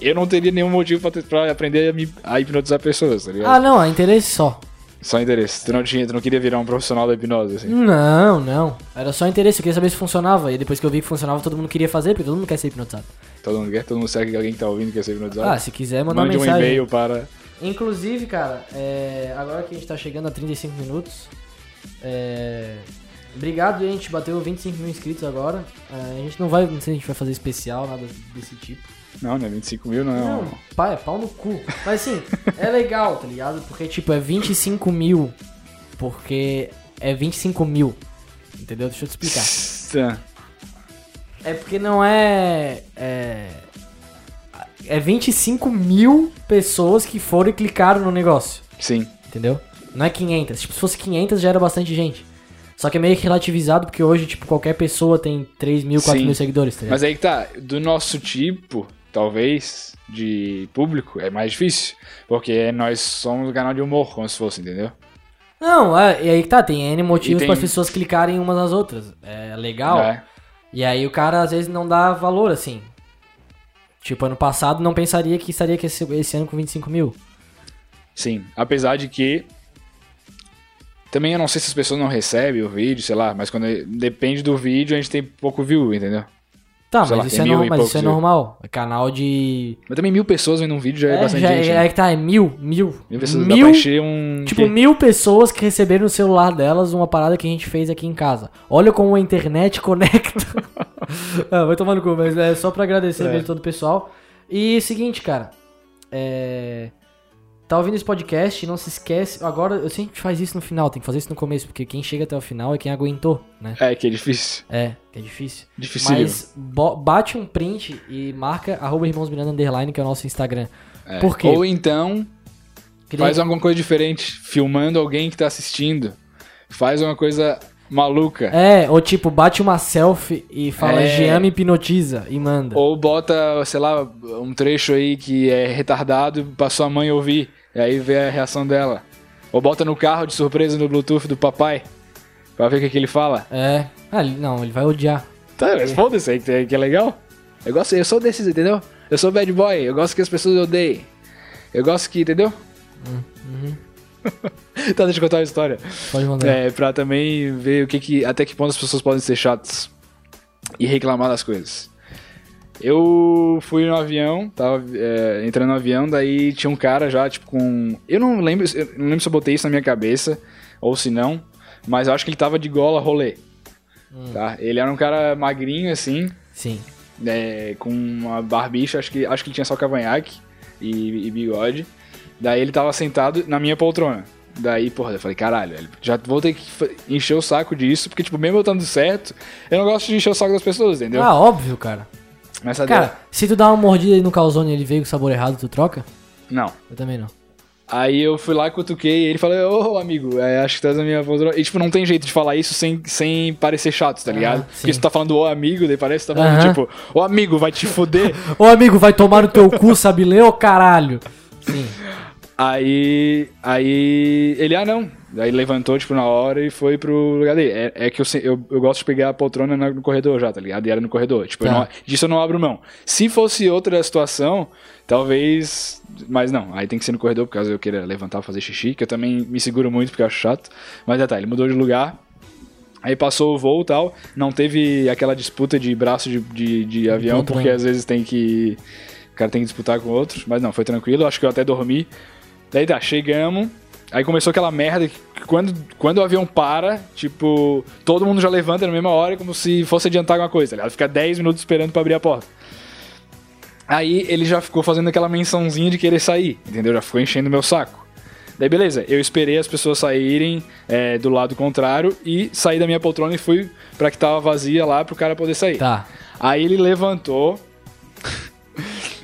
Speaker 2: Eu não teria nenhum motivo pra, ter- pra aprender a, me- a hipnotizar pessoas, tá ligado?
Speaker 1: Ah, não, é interesse só.
Speaker 2: Só interesse. Tu não, tinha, tu não queria virar um profissional da hipnose,
Speaker 1: Hum.
Speaker 2: assim.
Speaker 1: Não, não. Era só interesse, eu queria saber se funcionava. E depois que eu vi que funcionava, todo mundo queria fazer, porque todo mundo quer ser hipnotizado.
Speaker 2: Todo mundo quer, todo mundo sabe que alguém que tá ouvindo quer ser hipnotizado.
Speaker 1: Ah, se quiser, manda uma
Speaker 2: Mande um
Speaker 1: mensagem.
Speaker 2: e-mail para.
Speaker 1: Inclusive, cara, é, agora que a gente tá chegando a 35 minutos, é, obrigado, hein, a gente bateu 25 mil inscritos agora. É, a gente não vai, não sei se a gente vai fazer especial, nada desse tipo.
Speaker 2: Não, né? 25 mil não é um-
Speaker 1: Não, pá, é pau no cu. Mas assim, é legal, tá ligado? Porque, tipo, é 25 mil, porque é 25 mil. Entendeu? Deixa eu te explicar.
Speaker 2: Tá.
Speaker 1: É porque não é. É, é 25 mil pessoas que foram e clicaram no negócio.
Speaker 2: Sim.
Speaker 1: Entendeu? Não é 500. Tipo, se fosse 500 já era bastante gente. Só que é meio que relativizado, porque hoje, tipo, qualquer pessoa tem 3 mil, 4
Speaker 2: Sim.
Speaker 1: mil seguidores, tá ligado?
Speaker 2: Mas aí que tá, do nosso tipo, talvez, de público, é mais difícil. Porque nós somos um canal de humor, como se fosse, entendeu?
Speaker 1: Não, é, e aí que tá, tem N motivos
Speaker 2: tem-
Speaker 1: para as pessoas clicarem umas nas outras. É legal.
Speaker 2: É.
Speaker 1: E aí o cara às vezes não dá valor, assim. Tipo, ano passado não pensaria que estaria aqui esse, esse ano com 25 mil.
Speaker 2: Sim. Apesar de que. Também eu não sei se as pessoas não recebem o vídeo, sei lá, mas quando é, depende do vídeo, a gente tem pouco view, entendeu?
Speaker 1: Tá,
Speaker 2: Sei
Speaker 1: mas,
Speaker 2: lá,
Speaker 1: isso,
Speaker 2: tem
Speaker 1: é
Speaker 2: mil
Speaker 1: normal,
Speaker 2: e
Speaker 1: mas isso é
Speaker 2: poucos mil.
Speaker 1: normal. É canal de.
Speaker 2: Mas também mil pessoas vendo um vídeo já é, bastante
Speaker 1: já,
Speaker 2: gente.
Speaker 1: é,
Speaker 2: né?
Speaker 1: que tá, é mil, mil.
Speaker 2: Mil pessoas dá
Speaker 1: mil
Speaker 2: pra encher um.
Speaker 1: tipo,
Speaker 2: quê?
Speaker 1: mil pessoas que receberam no celular delas uma parada que a gente fez aqui em casa. Olha como a internet conecta. ah, vai tomar no cu, mas é só pra agradecer
Speaker 2: É.
Speaker 1: mesmo todo o pessoal. E seguinte, cara. É. Tá ouvindo esse podcast, não se esquece. Agora, eu sempre faz isso no final, tem que fazer isso no começo, porque quem chega até o final é quem aguentou, né?
Speaker 2: É, que é difícil.
Speaker 1: É, é difícil.
Speaker 2: Difícil.
Speaker 1: Mas bo- bate um print e marca arroba irmãos Miranda underline, que é o nosso Instagram.
Speaker 2: É.
Speaker 1: por quê?
Speaker 2: Ou então,
Speaker 1: Que daí-
Speaker 2: faz alguma coisa diferente, filmando alguém que tá assistindo. Faz uma coisa maluca.
Speaker 1: É, ou tipo, bate uma selfie e fala
Speaker 2: É.
Speaker 1: Jean me hipnotiza e manda.
Speaker 2: Ou bota, sei lá, um trecho aí que é retardado pra sua mãe ouvir. E aí vê a reação dela. Ou bota no carro de surpresa no Bluetooth do papai. Pra ver o que, que ele fala.
Speaker 1: É. Ah, ele- não, ele vai odiar.
Speaker 2: Tá, mas foda-se aí que, é- que é legal. Eu gosto, eu sou desses, entendeu? Eu sou bad boy, eu gosto que as pessoas odeiem. Eu gosto que, entendeu?
Speaker 1: Uhum.
Speaker 2: tá, deixa eu contar uma história.
Speaker 1: Pode mandar.
Speaker 2: É, pra também ver o que, que até que ponto as pessoas podem ser chatas e reclamar das coisas. Eu fui no avião, tava é, entrando no avião, daí tinha um cara já, tipo, com. Eu não lembro, eu não lembro se eu botei isso na minha cabeça ou se não, mas eu acho que ele tava de gola rolê. Tá? Ele era um cara magrinho, assim,
Speaker 1: Sim.
Speaker 2: é, com uma barbicha, acho que, acho que ele tinha só cavanhaque e, e bigode. Daí ele tava sentado na minha poltrona. Daí, porra, eu falei, caralho, velho, já vou ter que fa- encher o saco disso, porque, tipo, mesmo eu estando certo, eu não gosto de encher o saco das pessoas, entendeu?
Speaker 1: Ah, óbvio, cara.
Speaker 2: Mas sabe-
Speaker 1: Cara, se tu dá uma mordida aí no calzone e ele veio com o sabor errado, tu troca?
Speaker 2: não.
Speaker 1: Eu também não.
Speaker 2: Aí eu fui lá, cutuquei, ele falou, ô amigo, é, acho que tá na minha poltrona. E, tipo, não tem jeito de falar isso sem, sem parecer chato, tá ligado?
Speaker 1: Ah, sim.
Speaker 2: Porque se tu tá falando ô amigo, daí parece que tá falando,
Speaker 1: Aham.
Speaker 2: tipo, ô amigo, vai te foder.
Speaker 1: Ô amigo, vai tomar no teu cu, sabe ler, ô caralho? Sim.
Speaker 2: Aí, aí ele, ah não, aí levantou tipo na hora e foi pro lugar dele. É, é que eu, se- eu, eu gosto de pegar a poltrona na- no corredor já, tá ligado? E era no corredor, tipo, eu
Speaker 1: Tá.
Speaker 2: não- disso eu não abro mão. Se fosse outra situação, talvez, mas não, aí tem que ser no corredor, por causa eu queira levantar fazer xixi, que eu também me seguro muito porque eu acho chato. Mas é tá, ele mudou de lugar, Aí passou o voo e tal, não teve aquela disputa de braço de, de, de avião,
Speaker 1: Encontrando.
Speaker 2: porque às vezes tem que. O cara tem que disputar com o outro, mas não, foi tranquilo, acho que eu até dormi. Daí tá, chegamos. Aí começou aquela merda que quando, quando o avião para, tipo, todo mundo já levanta na mesma hora, como se fosse adiantar alguma coisa, tá ligado? Fica 10 minutos esperando pra abrir a porta. Aí ele já ficou fazendo aquela mençãozinha de querer sair, entendeu? Já ficou enchendo meu saco. Daí beleza, eu esperei as pessoas saírem é, do lado contrário e saí da minha poltrona e fui pra que tava vazia lá pro cara poder sair.
Speaker 1: Tá.
Speaker 2: Aí ele levantou.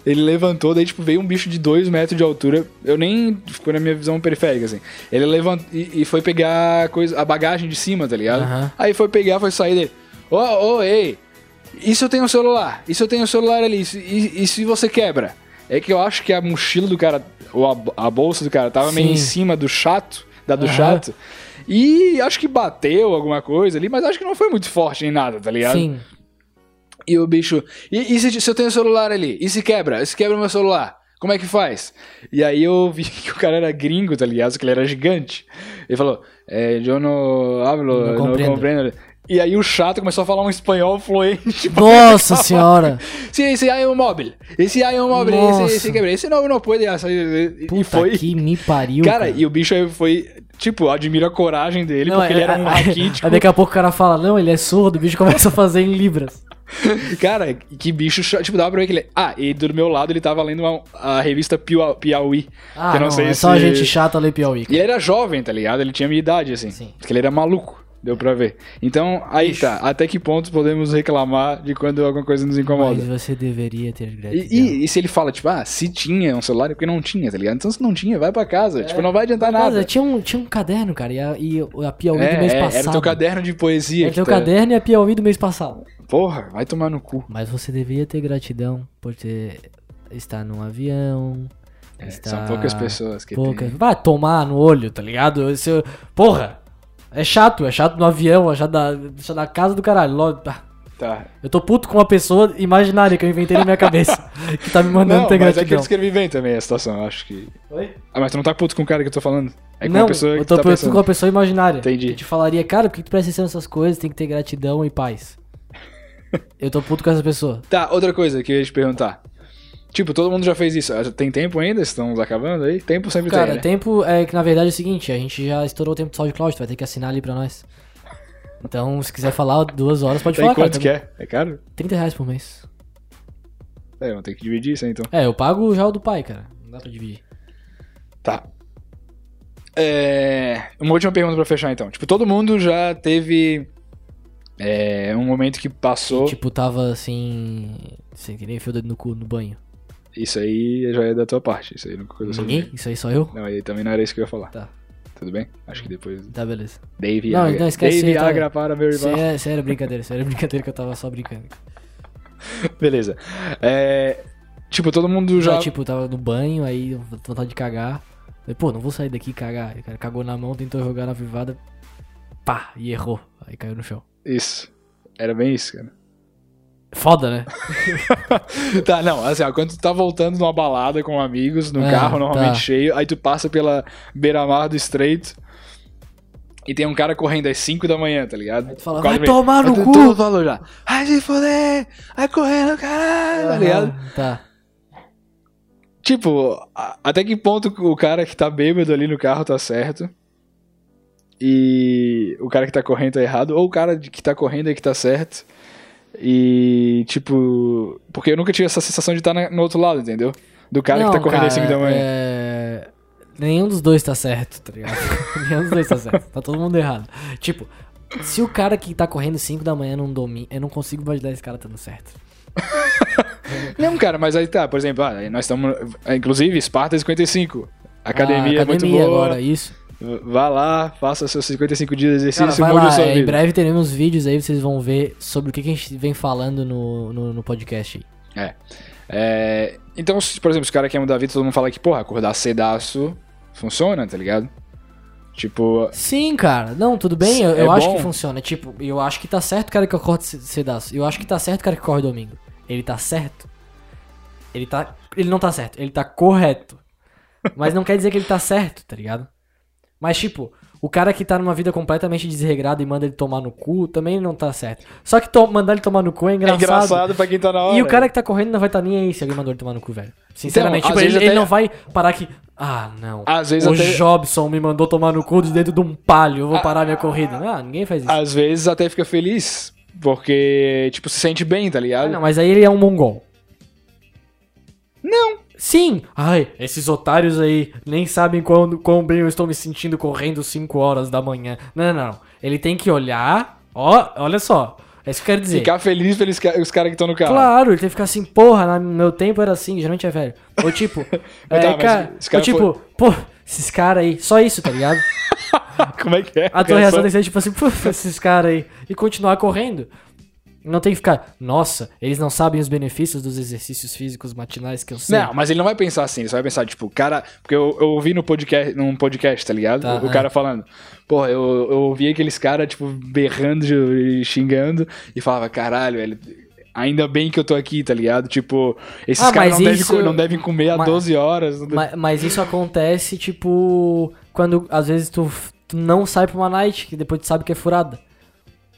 Speaker 2: ele levantou, daí tipo, veio um bicho de 2 metros de altura. Eu nem. Ficou na minha visão periférica, assim. Ele levantou e, e foi pegar a, coisa, a bagagem de cima, tá ligado?
Speaker 1: Aham.
Speaker 2: Aí foi pegar, foi sair dele. Ô, ô, ei! E se eu tenho um celular? E se eu tenho um celular ali? E, se- e- e se você quebra? É que eu acho que a mochila do cara, ou a, bo- a bolsa do cara, tava meio
Speaker 1: Sim.
Speaker 2: em cima do chato, da do
Speaker 1: Aham.
Speaker 2: chato. E acho que bateu alguma coisa ali, mas acho que não foi muito forte nem nada, tá ligado?
Speaker 1: Sim.
Speaker 2: E o bicho, e, e se, se eu tenho celular ali? E se quebra? E se quebra meu celular? Como é que faz? E aí eu vi que o cara era gringo, tá ligado? Que ele era gigante. Ele falou, é, eu não hablo,
Speaker 1: Não
Speaker 2: não
Speaker 1: compreendo."
Speaker 2: compreendo. E aí o chato começou a falar um espanhol fluente.
Speaker 1: Nossa senhora.
Speaker 2: Se esse aí é um móvel, esse aí é um móvel,
Speaker 1: Nossa.
Speaker 2: esse, esse quebra, esse não, não pode. ah, sair." E- e
Speaker 1: Puta
Speaker 2: foi.
Speaker 1: que me pariu.
Speaker 2: Cara, e o bicho aí foi, tipo, eu admiro a coragem dele,
Speaker 1: é,
Speaker 2: porque ele era um raquítico.
Speaker 1: Aí daqui a pouco o cara fala, não, ele é surdo, o bicho começa a fazer em libras.
Speaker 2: Cara, que bicho chato. Tipo, dava pra ver que ele. Ah, e do meu lado ele tava lendo uma- a revista Piau- Piauí.
Speaker 1: Ah,
Speaker 2: que eu
Speaker 1: não,
Speaker 2: não, sei
Speaker 1: é
Speaker 2: se.
Speaker 1: só gente chata ler Piauí.
Speaker 2: E ele era jovem, tá ligado? Ele tinha minha idade, assim.
Speaker 1: Sim.
Speaker 2: Porque ele era maluco. Deu pra ver. Então, aí
Speaker 1: Ixi.
Speaker 2: tá. Até que ponto podemos reclamar de quando alguma coisa nos incomoda?
Speaker 1: Mas você deveria ter
Speaker 2: E,
Speaker 1: gratidão.
Speaker 2: e- e se ele fala, tipo, ah, se tinha um celular é porque não tinha, tá ligado? Então se não tinha, vai pra casa. Tipo, não vai adiantar
Speaker 1: Mas,
Speaker 2: nada.
Speaker 1: tinha, um, tinha um caderno, cara, e a, e a Piauí
Speaker 2: É,
Speaker 1: do mês
Speaker 2: é,
Speaker 1: passado.
Speaker 2: era o teu caderno de poesia.
Speaker 1: Era
Speaker 2: que
Speaker 1: teu
Speaker 2: tá-
Speaker 1: caderno e a Piauí do mês passado.
Speaker 2: Porra, vai tomar no cu.
Speaker 1: Mas você deveria ter gratidão por ter, estar num avião.
Speaker 2: É,
Speaker 1: estar...
Speaker 2: São poucas pessoas que
Speaker 1: Tá. Pouca-
Speaker 2: têm.
Speaker 1: Vai tomar no olho, tá ligado? Esse- Porra! É chato, é chato no avião, é chato na, é chato na casa do caralho. Logo- ah,
Speaker 2: Tá.
Speaker 1: Eu tô puto com uma pessoa imaginária que eu inventei na minha cabeça. que tá me mandando
Speaker 2: Não,
Speaker 1: ter
Speaker 2: mas é que eu
Speaker 1: gratidão.
Speaker 2: descrevi bem também a situação, eu acho que.
Speaker 1: Oi?
Speaker 2: Ah, mas tu não tá puto com o cara que eu tô falando. É com
Speaker 1: não,
Speaker 2: a pessoa que
Speaker 1: eu
Speaker 2: tu
Speaker 1: tô
Speaker 2: tá
Speaker 1: puto
Speaker 2: pensando.
Speaker 1: com uma pessoa imaginária.
Speaker 2: Entendi.
Speaker 1: Que te falaria, cara, por que tu presta atenção nessas coisas? Tem que ter gratidão e paz. eu tô puto com essa pessoa.
Speaker 2: Tá, outra coisa que eu ia te perguntar. Tipo, todo mundo já fez isso. Ah, Tem tempo ainda? Estamos acabando aí? Tempo sempre
Speaker 1: Cara,
Speaker 2: tem, né?
Speaker 1: tempo é que na verdade é o seguinte, a gente já estourou o tempo do SoundCloud, tu vai ter que assinar ali pra nós. Então, se quiser falar duas horas, pode
Speaker 2: Tem
Speaker 1: falar, cara.
Speaker 2: quanto que é? É caro?
Speaker 1: 30 reais por mês.
Speaker 2: É, vamos ter que dividir isso aí então.
Speaker 1: É, eu pago já o do pai, cara. Não dá pra dividir.
Speaker 2: Tá. É, uma última pergunta pra fechar então. Tipo, todo mundo já teve é, um momento que passou.
Speaker 1: Tipo, tava assim. Sem querer enfiar o dedo no cu no banho.
Speaker 2: Isso aí já é da tua parte. Isso aí não aconteceu
Speaker 1: Ninguém? Isso aí só eu?
Speaker 2: Não, aí também não era isso que eu ia falar.
Speaker 1: Tá.
Speaker 2: Tudo bem? Acho que depois.
Speaker 1: Tá, beleza.
Speaker 2: Dave
Speaker 1: Não,
Speaker 2: Agra.
Speaker 1: não, esquece
Speaker 2: Dave
Speaker 1: aí, tá?
Speaker 2: Agra para meu
Speaker 1: Isso
Speaker 2: irmão.
Speaker 1: aí é- isso aí era brincadeira, isso aí era brincadeira que eu tava só brincando.
Speaker 2: Beleza. É, tipo, todo mundo já.
Speaker 1: Não, tipo, tava no banho, aí vontade de cagar. Falei, pô, não vou sair daqui e cagar. Aí o cara cagou na mão, tentou jogar na privada. Pá, e errou. Aí caiu no chão.
Speaker 2: Isso. Era bem isso, cara.
Speaker 1: Foda, né?
Speaker 2: Tá, não, assim, ó, quando tu tá voltando numa balada com amigos, num
Speaker 1: Ah,
Speaker 2: carro
Speaker 1: tá.
Speaker 2: normalmente cheio, aí tu passa pela beira-mar do estreito e tem um cara correndo às 5 da manhã, tá ligado?
Speaker 1: Aí tu fala,
Speaker 2: Quatro
Speaker 1: vai
Speaker 2: e meia.
Speaker 1: tomar no
Speaker 2: Aí tu-
Speaker 1: cu!
Speaker 2: todo falou já, ai se fuder, vai correndo, caralho, tá ligado?
Speaker 1: Aham, Tá.
Speaker 2: Tipo, a- até que ponto o cara que tá bêbado ali no carro tá certo? E o cara que tá correndo tá errado, ou o cara de- que tá correndo é que tá certo. E, tipo, porque eu nunca tive essa sensação de estar no outro lado, entendeu? Do cara
Speaker 1: Não,
Speaker 2: que tá correndo às 5 da manhã.
Speaker 1: é, Nenhum dos dois tá certo, tá ligado? Nenhum dos dois tá certo. Tá todo mundo errado. Tipo, se o cara que tá correndo 5 da manhã não domina, eu não consigo imaginar esse cara estando certo.
Speaker 2: Não, cara, mas aí tá, por exemplo, ah, nós estamos. Inclusive, é Esparta 55. Academia,
Speaker 1: Ah,
Speaker 2: é muito
Speaker 1: academia
Speaker 2: boa.
Speaker 1: agora, isso.
Speaker 2: Vá lá, faça seus 55 dias de
Speaker 1: Cara,
Speaker 2: exercício
Speaker 1: vai
Speaker 2: e mude
Speaker 1: lá,
Speaker 2: sua
Speaker 1: é, em
Speaker 2: vida.
Speaker 1: breve teremos vídeos aí, vocês vão ver sobre o que, que a gente vem falando no, no, no podcast aí.
Speaker 2: É. É, Então, se, por exemplo, se o cara quer mudar a vida, todo mundo fala que, porra, acordar cedaço funciona, tá ligado? Tipo,
Speaker 1: Sim, cara. Não, tudo bem, eu,
Speaker 2: É
Speaker 1: eu acho
Speaker 2: bom.
Speaker 1: que funciona. Tipo, eu acho que tá certo o cara que acorda ce- cedaço. Eu acho que tá certo o cara que corre domingo. Ele tá certo. Ele tá. Ele não tá certo, ele tá correto. Mas não quer dizer que ele tá certo, tá ligado? Mas, tipo, o cara que tá numa vida completamente desregrada e manda ele tomar no cu também não tá certo. Só que to- mandar ele tomar no cu é
Speaker 2: é
Speaker 1: engraçado.
Speaker 2: engraçado pra quem tá na hora. Então,
Speaker 1: E o cara que tá correndo não vai estar tá nem aí se alguém mandou ele tomar no cu, velho. Sinceramente,
Speaker 2: às
Speaker 1: tipo, ele,
Speaker 2: vezes
Speaker 1: ele
Speaker 2: até-
Speaker 1: não vai parar que. Ah, não.
Speaker 2: Às vezes
Speaker 1: o
Speaker 2: até-
Speaker 1: Jobson me mandou tomar no cu de dentro de um palho, eu vou parar minha corrida. Ah, ninguém faz isso.
Speaker 2: Às vezes até fica feliz, porque, tipo, se sente bem, tá
Speaker 1: Ah,
Speaker 2: ligado?
Speaker 1: não, mas aí ele é um mongol.
Speaker 2: Não.
Speaker 1: Sim! Ai, esses otários aí nem sabem quando, quão bem eu estou me sentindo correndo 5 horas da manhã. Não, não, não. Ele tem que olhar. Ó, olha só. É isso que eu quero dizer.
Speaker 2: Ficar feliz pelos ca- os caras que estão no carro.
Speaker 1: Claro, ele tem que ficar assim, porra, na- no meu tempo era assim, geralmente é velho. Ou tipo, é,
Speaker 2: tá, mas
Speaker 1: cara,
Speaker 2: esse cara
Speaker 1: ou tipo, pô, esses caras aí, só isso, tá ligado?
Speaker 2: Como é que é?
Speaker 1: A tua reação tem que ser tipo assim, pô, esses caras aí, e continuar correndo. Não tem que ficar, nossa, eles não sabem os benefícios dos exercícios físicos matinais que eu sei.
Speaker 2: Não, mas ele não vai pensar assim, ele só vai pensar, tipo, o cara. Porque eu, eu ouvi no podcast, num podcast, tá ligado?
Speaker 1: Tá,
Speaker 2: o, o
Speaker 1: é.
Speaker 2: cara falando. Porra, eu, eu ouvi aqueles caras, tipo, berrando e xingando, e falava, caralho, velho, ainda bem que eu tô aqui, tá ligado? Tipo, esses
Speaker 1: Ah,
Speaker 2: caras
Speaker 1: mas
Speaker 2: não, devem
Speaker 1: isso-
Speaker 2: co- não devem comer há
Speaker 1: Mas-
Speaker 2: 12 horas.
Speaker 1: Ma- Mas, isso acontece, tipo, quando às vezes tu, f- tu não sai pra uma night, que depois tu sabe que é furada.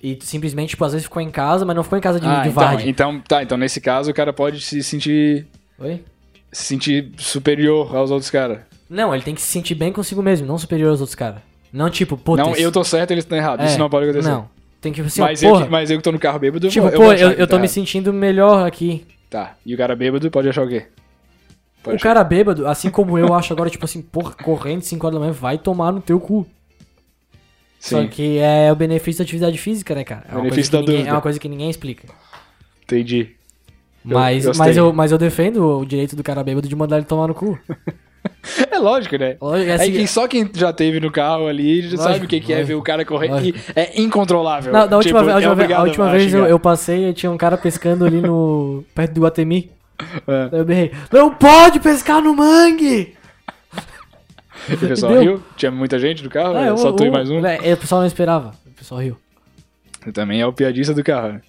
Speaker 1: E tu simplesmente, tipo, às vezes ficou em casa, mas não ficou em casa de,
Speaker 2: Ah,
Speaker 1: de
Speaker 2: então,
Speaker 1: Varde.
Speaker 2: então, tá, então nesse caso o cara pode se sentir,
Speaker 1: Oi?
Speaker 2: se sentir superior aos outros caras.
Speaker 1: Não, ele tem que se sentir bem consigo mesmo, não superior aos outros caras. Não tipo, puta.
Speaker 2: Não,
Speaker 1: esse-
Speaker 2: eu tô certo, eles estão errados.
Speaker 1: É,
Speaker 2: Isso não pode acontecer.
Speaker 1: Não. Tem que assim, ó,
Speaker 2: Mas, eu
Speaker 1: porra.
Speaker 2: que, mas eu que tô no carro bêbado,
Speaker 1: Tipo,
Speaker 2: eu, vou
Speaker 1: pô,
Speaker 2: achar
Speaker 1: eu,
Speaker 2: que
Speaker 1: eu
Speaker 2: tá
Speaker 1: tô me
Speaker 2: errado.
Speaker 1: sentindo melhor aqui.
Speaker 2: Tá, e o cara bêbado pode achar o quê? Pode
Speaker 1: o cara bêbado, assim como eu acho agora, tipo assim, porra, correndo 5 horas da manhã, vai tomar no teu cu. Só
Speaker 2: Sim.
Speaker 1: que é o benefício da atividade física, né, cara? É uma, coisa
Speaker 2: Benefício
Speaker 1: que
Speaker 2: da
Speaker 1: ninguém, é
Speaker 2: dúvida.
Speaker 1: uma coisa que ninguém explica.
Speaker 2: Entendi.
Speaker 1: Mas eu,
Speaker 2: gostei.
Speaker 1: mas, eu, mas eu defendo o direito do cara bêbado de mandar ele tomar no cu.
Speaker 2: É lógico, né?
Speaker 1: Lógico, é
Speaker 2: É
Speaker 1: assim-
Speaker 2: que só quem já teve no carro ali já
Speaker 1: Lógico,
Speaker 2: sabe o que, que é
Speaker 1: lógico,
Speaker 2: ver o cara correndo
Speaker 1: lógico.
Speaker 2: e é incontrolável.
Speaker 1: Não, da última,
Speaker 2: Tipo,
Speaker 1: vez- a
Speaker 2: é
Speaker 1: última vez, a
Speaker 2: obrigado
Speaker 1: última
Speaker 2: a
Speaker 1: vez eu,
Speaker 2: chegar.
Speaker 1: eu passei e tinha um cara pescando ali no. perto do Guatemi.
Speaker 2: É.
Speaker 1: Daí eu berrei. Não pode pescar no mangue!
Speaker 2: E o pessoal
Speaker 1: Deu.
Speaker 2: riu? Tinha muita gente no carro?
Speaker 1: Ah, eu-
Speaker 2: só tu e
Speaker 1: eu-
Speaker 2: mais um?
Speaker 1: é, o pessoal não esperava. O pessoal riu.
Speaker 2: Você Também é o piadista do carro. né?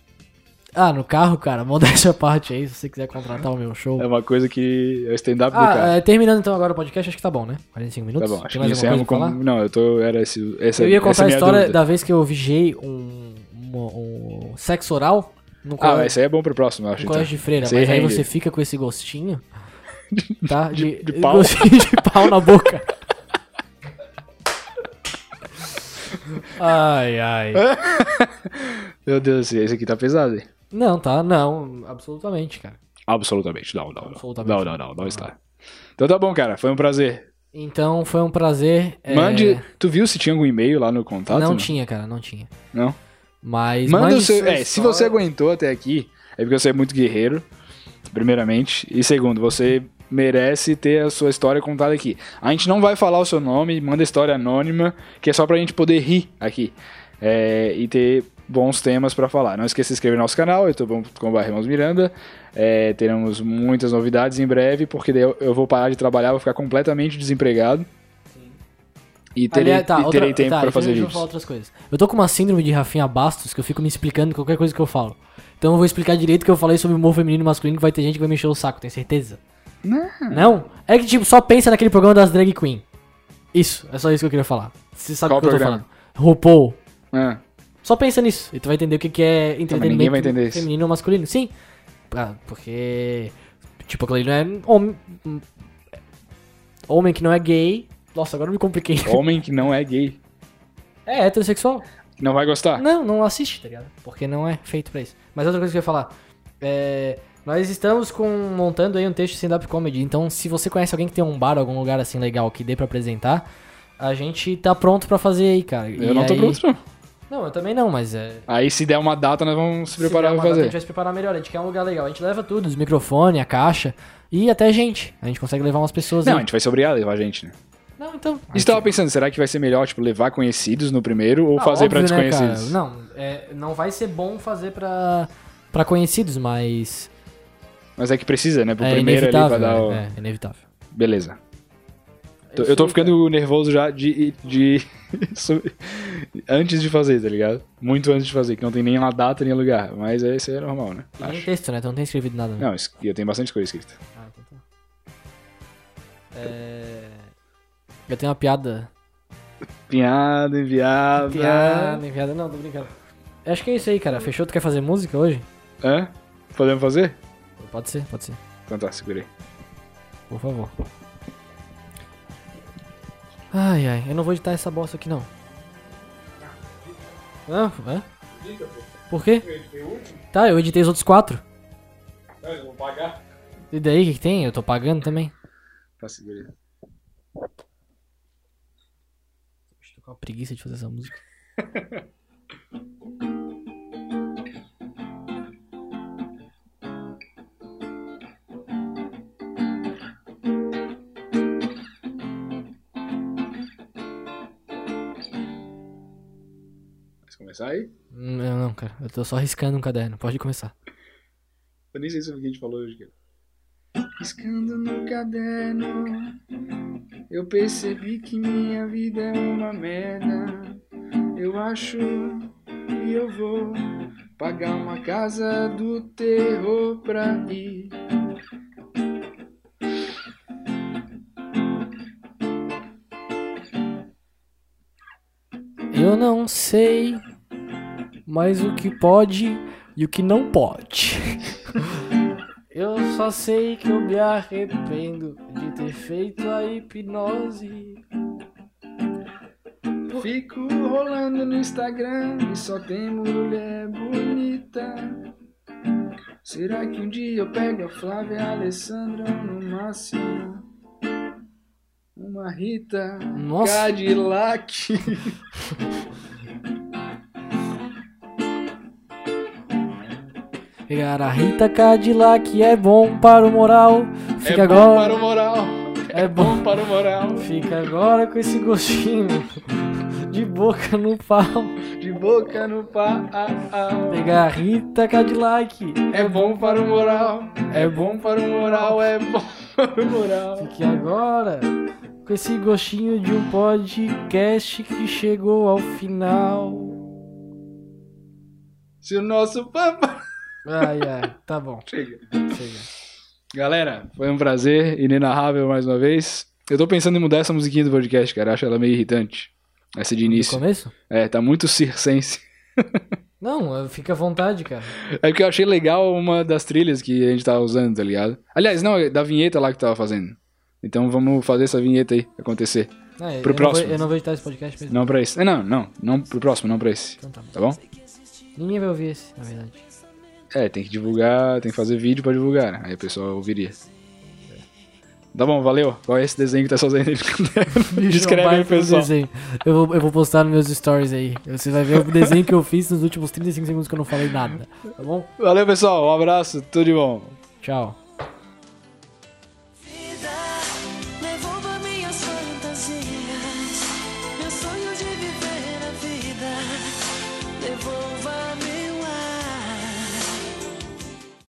Speaker 1: Ah, no carro, cara, modéstia à parte aí, se você quiser contratar o meu show.
Speaker 2: É uma coisa que é o stand-up do carro.
Speaker 1: Ah, é, terminando então agora o podcast, acho que tá bom, né? 45
Speaker 2: Tá
Speaker 1: minutos.
Speaker 2: bom, acho
Speaker 1: Tem
Speaker 2: que
Speaker 1: mais alguma
Speaker 2: encerramos
Speaker 1: coisa
Speaker 2: com...
Speaker 1: pra falar?
Speaker 2: Não, eu tô... Era esse, essa,
Speaker 1: Eu ia contar
Speaker 2: essa é
Speaker 1: a
Speaker 2: minha
Speaker 1: história
Speaker 2: dúvida.
Speaker 1: da vez que eu vigiei um, um, um sexo oral no
Speaker 2: Ah,
Speaker 1: colégio,
Speaker 2: mas isso aí é bom pro próximo, eu acho.
Speaker 1: no
Speaker 2: Então.
Speaker 1: colégio de freira,
Speaker 2: Você
Speaker 1: mas aí
Speaker 2: rende.
Speaker 1: você fica com esse gostinho, tá? De,
Speaker 2: de pau.
Speaker 1: Gostinho de pau na boca. Ai, ai.
Speaker 2: Meu Deus, esse aqui tá pesado, hein?
Speaker 1: Não, tá, não, absolutamente, cara.
Speaker 2: Absolutamente, não, não, não.
Speaker 1: Absolutamente.
Speaker 2: Não, não, não, não está. Então tá bom, cara, foi um prazer.
Speaker 1: Então foi um prazer. é,
Speaker 2: Mande... Tu viu se tinha algum e-mail lá no contato? né?
Speaker 1: Não tinha, cara, não tinha.
Speaker 2: Não?
Speaker 1: Mas.
Speaker 2: Manda
Speaker 1: mande
Speaker 2: o seu...
Speaker 1: sua
Speaker 2: É, se
Speaker 1: história.
Speaker 2: você aguentou até aqui, é porque você é muito guerreiro, primeiramente. E segundo, você merece ter a sua história contada aqui. A gente não vai falar o seu nome, manda história anônima, que é só pra gente poder rir aqui. É, e ter bons temas pra falar. Não esqueça de se inscrever no nosso canal, youtube.com.br Irmãos Miranda. É, teremos muitas novidades em breve, porque daí eu, eu vou parar de trabalhar, vou ficar completamente desempregado. E terei,
Speaker 1: Aliás, tá,
Speaker 2: e terei
Speaker 1: outra-
Speaker 2: tempo
Speaker 1: tá,
Speaker 2: pra
Speaker 1: então
Speaker 2: fazer
Speaker 1: deixa eu
Speaker 2: vídeos.
Speaker 1: falar outras coisas. Eu tô com uma síndrome de Rafinha Bastos que eu fico me explicando em qualquer coisa que eu falo. Então eu vou explicar direito o que eu falei sobre humor feminino e masculino que vai ter gente que vai me encher o saco, tem certeza? Não. É que tipo, só pensa naquele programa das drag queen. Isso, é só isso que eu queria falar. Você sabe
Speaker 2: Qual
Speaker 1: o que eu tô
Speaker 2: programa?
Speaker 1: falando. RuPaul.
Speaker 2: Ah,
Speaker 1: Só pensa nisso e tu vai entender o que, que é
Speaker 2: mas ninguém vai
Speaker 1: entretenimento
Speaker 2: entender isso.
Speaker 1: feminino ou masculino. Sim, Ah, porque, tipo, aquele não é homem, homem que não é gay. Nossa, agora eu me compliquei.
Speaker 2: homem que não é gay.
Speaker 1: É heterossexual.
Speaker 2: Não vai gostar?
Speaker 1: Não, não assiste, tá ligado? Porque não é feito pra isso. Mas outra coisa que eu ia falar. É, nós estamos com montando aí um texto de stand-up comedy. Então, se você conhece alguém que tem um bar, algum lugar assim legal que dê pra apresentar, a gente tá pronto pra fazer aí, cara.
Speaker 2: Eu não tô pronto, não.
Speaker 1: Não, eu também não, mas é.
Speaker 2: Aí se der uma data, nós vamos se
Speaker 1: se
Speaker 2: preparar
Speaker 1: der uma
Speaker 2: pra
Speaker 1: data, A gente
Speaker 2: fazer.
Speaker 1: vai se preparar melhor. A gente quer um lugar legal. A gente leva tudo: os microfones, a caixa e até gente. A gente consegue levar umas pessoas
Speaker 2: Não, a
Speaker 1: aí.
Speaker 2: gente vai ser obrigado a levar a gente, né?
Speaker 1: Não, então.
Speaker 2: E você tava pensando, será que vai ser melhor, tipo, levar conhecidos no primeiro ou
Speaker 1: Ah,
Speaker 2: fazer pra
Speaker 1: óbvio, né, cara?
Speaker 2: desconhecidos?
Speaker 1: Não, é, não vai ser bom fazer pra, pra conhecidos, mas.
Speaker 2: Mas é que precisa, né? Pro
Speaker 1: é
Speaker 2: primeiro ali pra
Speaker 1: inevitável,
Speaker 2: dar
Speaker 1: né?
Speaker 2: o...
Speaker 1: É, inevitável.
Speaker 2: Beleza. Tô- eu tô ficando nervoso já de... de... isso- antes de fazer, tá ligado? Muito antes de fazer, que não tem nem uma data nem lugar. Mas é- isso aí é normal, né?
Speaker 1: E nem
Speaker 2: Acho.
Speaker 1: texto, né? Tu não tem escrevido nada, né?
Speaker 2: Não, isso- eu tenho bastante coisa escrita.
Speaker 1: Ah, então tá. É... Eu tenho uma piada.
Speaker 2: Piada, enviada...
Speaker 1: Piada, piada. Não, tô brincando. Eu acho que é isso aí, cara. Fechou? Tu quer fazer música hoje?
Speaker 2: Hã? Podemos fazer?
Speaker 1: Pode ser, pode ser.
Speaker 2: Então tá, segurei.
Speaker 1: Por favor. Ai, ai. Eu não vou editar essa bosta aqui, não. Não? Hã? Por quê? Tá, eu editei os outros quatro.
Speaker 2: Eu vou pagar.
Speaker 1: E daí, o que, que tem? Eu tô pagando também.
Speaker 2: Tá, segurei.
Speaker 1: Estou com uma preguiça de fazer essa música.
Speaker 2: Vai começar aí?
Speaker 1: Não, não, cara. Hum, Eu tô só riscando um caderno. Pode começar.
Speaker 2: Eu nem sei se o que a gente falou hoje, cara. Piscando no caderno, eu percebi que minha vida é uma merda. Eu acho que eu vou pagar uma casa do terror pra ir.
Speaker 1: Eu não sei mais o que pode e o que não pode. Eu só sei que eu me arrependo de ter feito a hipnose.
Speaker 2: Fico rolando no Instagram e só tem mulher bonita. Será que um dia eu pego a Flávia e a Alessandra ou no máximo? Uma Rita
Speaker 1: Nossa.
Speaker 2: Cadillac.
Speaker 1: Pegar a Rita Cadillac é bom para o moral. Fica
Speaker 2: é
Speaker 1: agora.
Speaker 2: bom para o moral.
Speaker 1: É bom.
Speaker 2: para o moral.
Speaker 1: Fica agora com esse gostinho de boca no pau.
Speaker 2: De boca no pau.
Speaker 1: Pegar a Rita Cadillac.
Speaker 2: É bom para o moral. É bom para o moral. É bom para o moral.
Speaker 1: Fique agora com esse gostinho de um podcast que chegou ao final.
Speaker 2: Se o nosso papo.
Speaker 1: Ai, ai, tá bom.
Speaker 2: Chega.
Speaker 1: Chega.
Speaker 2: Galera, foi um prazer inenarrável mais uma vez. Eu tô pensando em mudar essa musiquinha do podcast, cara. Eu acho ela meio irritante. Essa de
Speaker 1: No
Speaker 2: início.
Speaker 1: começo?
Speaker 2: É, tá muito circense.
Speaker 1: Não, fica à vontade, cara.
Speaker 2: É porque eu achei legal uma das trilhas que a gente tava usando, tá ligado? Aliás, não, é da vinheta lá que tava fazendo. Então vamos fazer essa vinheta aí acontecer.
Speaker 1: É, eu
Speaker 2: Pro
Speaker 1: Não
Speaker 2: próximo.
Speaker 1: vou, eu não vou editar esse podcast mesmo.
Speaker 2: Não pra esse. É, Não, não. Não pro próximo, não pra esse.
Speaker 1: Então tá bom.
Speaker 2: Tá bom?
Speaker 1: Ninguém vai ouvir esse, na verdade.
Speaker 2: É, tem que divulgar, tem que fazer vídeo pra divulgar. né? Aí o pessoal ouviria. Tá bom, valeu. Qual é esse desenho que tá sozinho aí? Descreve aí,
Speaker 1: é um Baita
Speaker 2: pessoal.
Speaker 1: desenho. Eu vou, eu vou postar nos meus stories aí. Você vai ver o desenho que eu fiz nos últimos 35 segundos que eu não falei nada. Tá bom?
Speaker 2: Valeu, pessoal. Um abraço. Tudo de bom.
Speaker 1: Tchau.